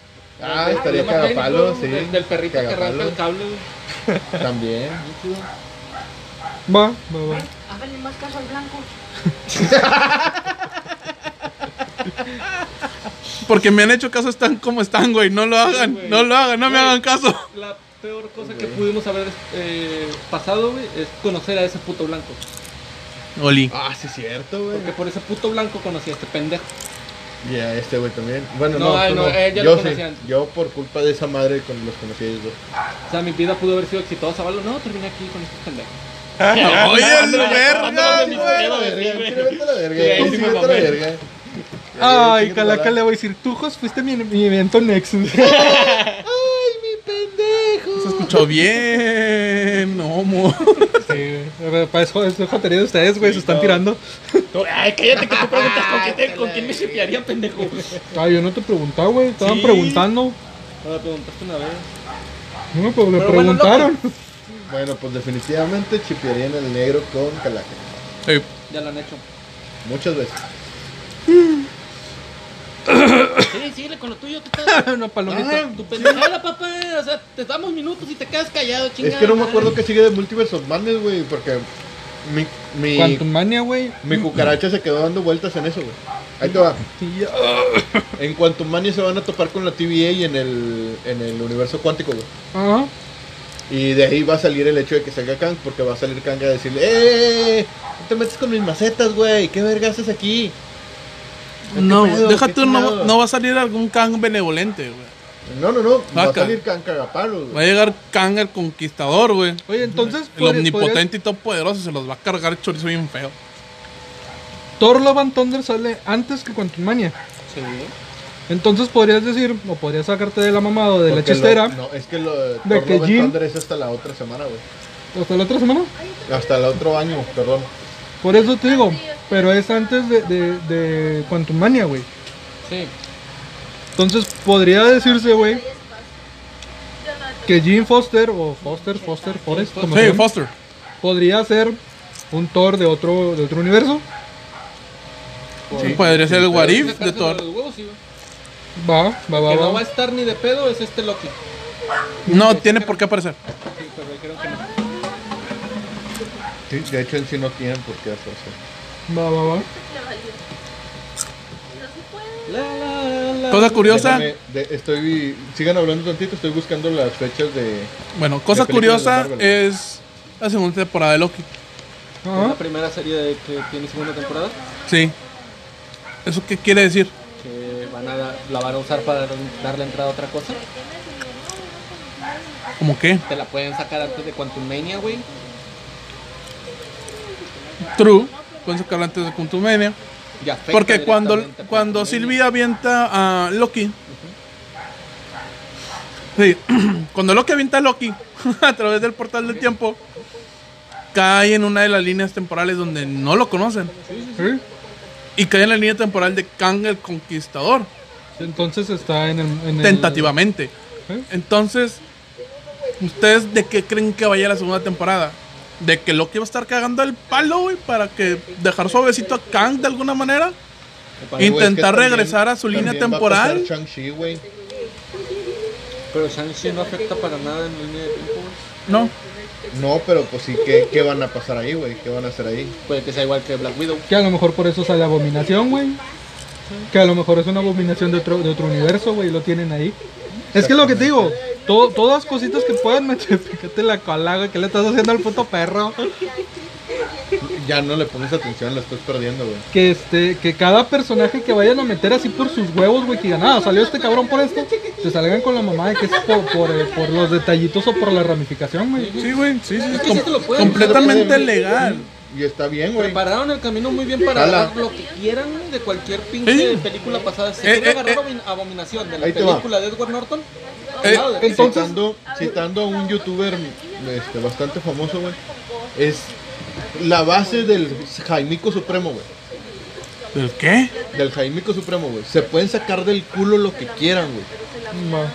Ah,
Del-
estaría
del mecánico,
cagapalo, sí.
Del, del perrito que
Cagapalo.
arranca el cable, güey.
También.
Va, va, va.
Háganle más caso al blanco.
Porque me han hecho caso, están como están, güey. No lo hagan,
güey.
no lo hagan, no me
Güey.
hagan caso.
La peor cosa que pudimos haber eh, pasado, güey, es conocer a ese puto blanco.
Oli.
Ah, sí, cierto, güey.
Porque por ese puto blanco conocí a este pendejo.
Y a este güey también. Bueno,
No,
no,
ay,
tú
no, eh, ya
yo
lo
sí.
conocían.
Yo por culpa de esa madre con los conocí a ellos dos.
O sea, mi vida pudo haber sido exitosa, ¿vale? No, terminé aquí con este estos pendejos.
Oye, el
Ah, ándale,
verga,
mi
güey.
pedo,
Sí,
güey.
vete a la verga.
Sí,
Tú
sí
sí,
me
vete a la
mamé.
verga.
Ay,
Sí,
Calaca, le voy a decir, tú, Jos, fuiste mi, mi evento Nexus.
Se escuchó bien, homo.
Sí, güey. Para eso es jotería de ustedes, güey, se están tirando.
Ay, cállate que tú preguntas con quién, te- con quién me shipearía, pendejo.
Ay, yo no te preguntaba, güey, estaban
Sí.
preguntando.
No, me preguntaste una vez.
No, pues le
Pero bueno,
preguntaron.
Bueno, pues definitivamente chipearían el negro con calaca.
Ey,
Ya lo han hecho.
Muchas veces.
Sí, síguele con lo tuyo, tú estás.
Una palomita.
Ah,
Tu pendejada, papá. O sea, te damos minutos y te quedas callado, chingada.
es que no me
madre.
acuerdo que sigue de Multiverse of Madness, güey, porque mi, mi,
Quantum Mania, güey.
mi cucaracha se quedó dando vueltas en eso, güey. Ahí te va.
Sí,
En cuanto Mania se van a topar con la TVA y en el, en el universo cuántico, güey.
Ajá.
Y de ahí va a salir el hecho de que salga Kang, porque va a salir Kang a decirle, ¡Eh! eh, eh, No te metes con mis macetas, güey. ¿Qué verga haces aquí?
No,
pedo?
déjate,
¿Qué
no,
chingados?
no va a salir algún Kang benevolente, güey.
No, no, no. Va a
Vaca.
salir Kang cagapalos,
Va a
güey.
llegar Kang el conquistador, güey.
Oye, entonces.
El
podría-
omnipotente y todopoderoso se los va a cargar chorizo bien feo.
podría- Thor Love and Thunder sale antes que Quantum Mania.
Sí,
Entonces podrías decir, o podrías sacarte de la mamada o de la
Porque lo-
chistera.
no, es que lo de
de que Jim-
Thunder es hasta la otra semana, güey.
Hasta la otra semana.
Hasta el otro año, perdón.
Por eso te digo, pero es antes de, de, de Quantum Mania, güey.
sí.
Entonces podría decirse, güey, que Jim Foster o Foster, Foster, Forrest, como
Sí,
sea,
Foster.
podría ser un Thor de otro, de otro universo.
Sí, podría ser el
Sí,
Warif
Sacarse
de
los
Thor.
huevos, sí, güey.
Va, va, va,
Que no va
va.
a estar ni de pedo es este Loki.
No tiene por qué aparecer.
Sí, pero dijeron que no.
Sí, de hecho en sí no tienen por qué hacer eso.
Va, va, va.
La, la, la, la.
Cosa curiosa,
Déjame- de- estoy, sigan hablando tantito, estoy buscando las fechas de...
bueno, cosa
de películas de
curiosa
Marvel.
es la segunda temporada de Loki.
Es la
Ajá.
primera serie de- que tiene segunda temporada.
Sí. ¿Eso qué quiere decir?
Que van a, dar- la van a usar para darle entrada a otra cosa.
¿Cómo qué?
Te la pueden sacar antes de Quantum Mania, güey.
True. Pueden sacarlo antes de Contumenia.
Y afecta
Porque cuando,
directamente a
cuando
Quantumania.
Sylvie avienta a Loki, Sí, cuando Loki avienta a Loki a través del portal del tiempo, cae en una de las líneas temporales donde no lo conocen.
¿Sí?
Y cae en la línea temporal de Kang el Conquistador,
Entonces está en el. en el-
tentativamente.
¿Eh?
Entonces, ¿ustedes de qué creen que vaya la segunda temporada? ¿De que Loki va a estar cagando el palo, güey, para que dejar suavecito a Kang de alguna manera?
Ay, güey, es que
Intentar
también-
regresar a su
también
línea
va a
temporal.
pasar Shang-Chi, güey.
Pero Shang-Chi no afecta para nada en la línea de tiempo, güey.
No,
No, pero pues sí, ¿qué, qué van a pasar ahí, güey? ¿Qué van a hacer ahí?
Puede que sea igual que Black Widow.
Que a lo mejor por eso sale Abominación, güey. Que a lo mejor es una abominación de otro, de otro universo, güey, y lo tienen ahí. Es que lo que te digo, to- todas cositas que puedan meter, fíjate la cola, güey, que le estás haciendo al puto perro.
Ya no le pones atención, la estás perdiendo, güey.
Que este, que cada personaje que vayan a meter así por sus huevos, güey, que digan, ah, salió este cabrón por esto, se salgan con la mamá de que es por, por, eh, por los detallitos o por la ramificación, güey.
sí, güey, sí, sí,
Es que
com-
sí se lo pueden-
completamente
se lo pueden-
legal.
Y está bien, güey.
Prepararon el camino muy bien para
Jala.
dar lo que quieran güey, de cualquier pinche
Sí.
película pasada. Si
Eh,
quieren
eh,
agarrar
eh.
abomin- Abominación de la
Ahí te va.
película de Edward Norton,
Eh,
cuidado, güey.
Entonces-
citando, citando a un youtuber este, bastante famoso, güey, es la base del Jaimico Supremo, güey.
¿Del qué?
Del Jaimico Supremo, güey. Se pueden sacar del culo lo que quieran, güey.
Ma.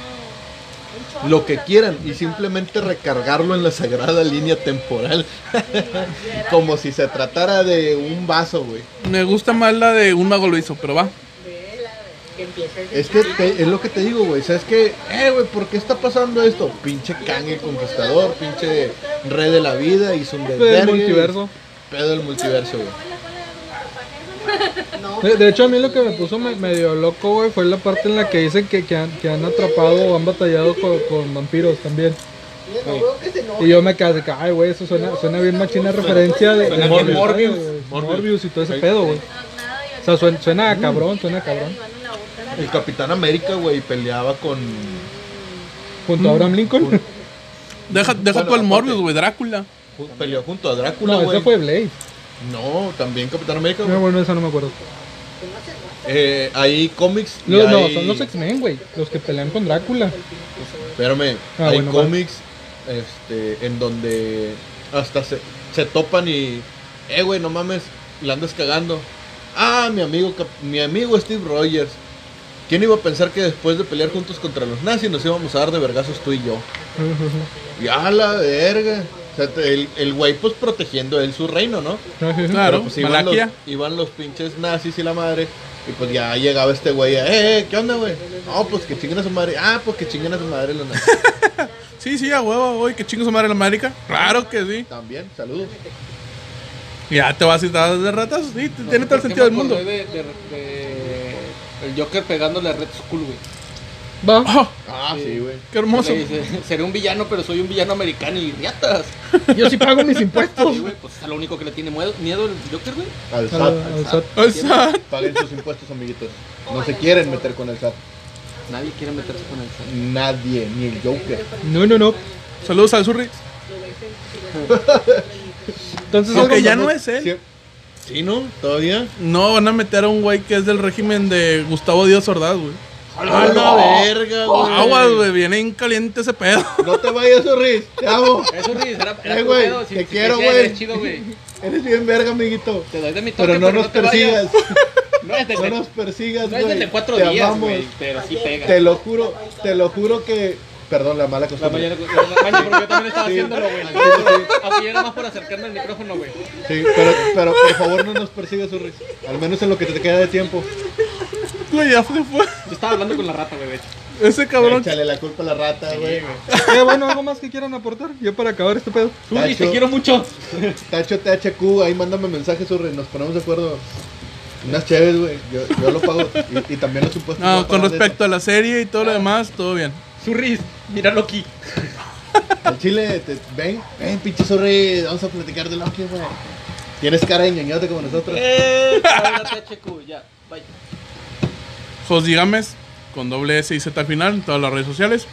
Lo que quieran y simplemente recargarlo en la sagrada línea temporal. Como si se tratara de un vaso, güey.
Me gusta más la de un mago lo hizo, pero va.
Que empieza desde
Es que te- es lo que te digo, güey. ¿Sabes qué? Eh, güey, ¿por qué está pasando esto? Pinche Kang el Conquistador, pinche Rey de la Vida y un
Del multiverso.
Pedo del multiverso, güey.
De, de hecho, a mí lo que me puso me- medio loco, güey, fue la parte en la que dicen que, que, han, que han atrapado o han batallado con, con vampiros también. Y yo me quedé de que, ay, güey, eso suena, suena bien machina referencia de, de
bien Morbius.
güey, Morbius y todo ese pedo, güey. O sea, suena, suena a cabrón, suena a cabrón.
El Capitán América, güey, peleaba con.
Junto a Abraham Lincoln.
Deja, deja tú al Morbius, güey, Drácula.
ju- Peleó junto a Drácula,
No,
güey.
esa fue Blade.
No, también Capitán América,
No,
güey.
bueno, esa no me acuerdo.
Eh, hay cómics. y
No, no,
hay-
son los X-Men, güey, los que pelean con Drácula.
Espérame,
Ah,
hay
bueno, va.
cómics este, en donde hasta se, se topan y. Eh, güey, no mames, la andas cagando. Ah, mi amigo, Cap- mi amigo Steve Rogers. ¿Quién iba a pensar que después de pelear juntos contra los nazis nos íbamos a dar de vergazos tú y yo? Y a la verga. O sea, te- el- el güey, pues protegiendo él su reino, ¿no?
Claro,
Pero, pues, iban, los,
Malaquia.
iban los pinches nazis y la madre. Y pues ya llegaba este güey. Eh, eh, ¿qué onda, güey? No, pues que chinguen a su madre. Ah, pues que chinguen a su madre los nazis.
Sí, sí, a huevo, güey, que chingo su madre la América. Claro que sí.
También, saludos.
Ya te vas a citar de ratas, sí,
No sé
tiene todo
por qué
el
me
sentido del mundo.
acordé de- de- de el Joker pegándole a Red Skull, güey.
Va.
Oh,
Ah, sí, güey.
qué hermoso.
Le dice, seré un villano, pero soy un villano americano y riatas.
Yo sí pago mis impuestos.
Sí, güey, pues a lo único que le tiene mue- miedo el Joker, güey.
Al
Al-
SAT.
al SAT.
O sea,
Paguen sus impuestos, amiguitos.
Oh
No se quieren meter con el SAT.
Nadie quiere meterse con el Joker.
Nadie, ni el Joker.
No, no, no.
saludos al Zurri.
Entonces, algo
Aunque ya
más-
no es él.
Sí, sí, ¿no? ¿Todavía?
No, van a meter a un güey que es del régimen de Gustavo Díaz Ordaz, güey.
¡A la verga, güey!
Oh, Aguas, güey, viene en caliente ese pedo.
No te vayas, Sorris. Te amo.
Eso, Riz, era, era
Eh,
tu
güey,
pedo,
te quiero,
quieres,
güey.
eres chido, güey.
Eres bien verga, amiguito.
Te doy de mi toque,
Pero no nos
te vayas.
persigas.
No es
No
desde,
nos persigas,
no es
güey.
desde cuatro
Te
días,
amamos.
güey, pero sí pega.
Te lo juro, te lo juro que. Perdón, la
La
mala costumbre.
mañana, la mañana, porque yo también estaba
Sí.
haciéndolo, güey.
Al chile
Aunque yo era más por acercarme al micrófono, güey.
Sí, pero, pero por favor no nos persigas, Urris. Al menos en lo que te queda de tiempo.
Güey, ya se fue.
Yo estaba hablando con la rata, güey, de hecho.
Ese cabrón.
Échale la culpa a la rata, güey.
Eh, bueno, algo más que quieran aportar, ya para acabar este pedo.
Uri, te
Tacho.
quiero mucho.
Tacho THQ, ahí mándame mensajes, Urris. Nos ponemos de acuerdo. Unas chéves, güey. Yo, yo lo pago. Y, y también los supuestos.
No, con respecto a la serie y todo lo demás, todo bien.
Surris, mira Loki.
Al chile, te- ven, ven, pinche Urris. Vamos a platicar de Loki, güey. Tienes cara de ñoñote como nosotros.
Eh, ahora THQ, ya. Bye.
Jos Gámez, con doble S y Z al final, en todas las redes sociales.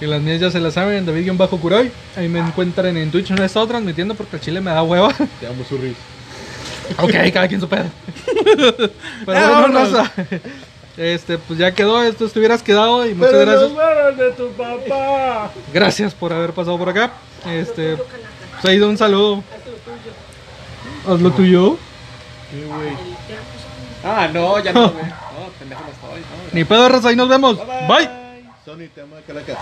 Que las mías ya se las saben, David-Curoy. Ahí me encuentran en Twitch. No he estado transmitiendo porque el chile me da hueva.
Te amo, Urris.
ok, cada quien su pedo. Pero
Ya,
bueno,
vámonos.
raza. Este, pues ya quedó, esto estuvieras quedado y muchas
Pero
gracias.
no mueran de tu papá.
Gracias por haber pasado por acá. Este, pues ahí da un saludo. Haz lo tuyo.
Ah, no, ya no, güey. No, pendejo no estoy. No,
Ni pedo, raza, ahí nos vemos. Bye.
Sony, te amo, Calaca.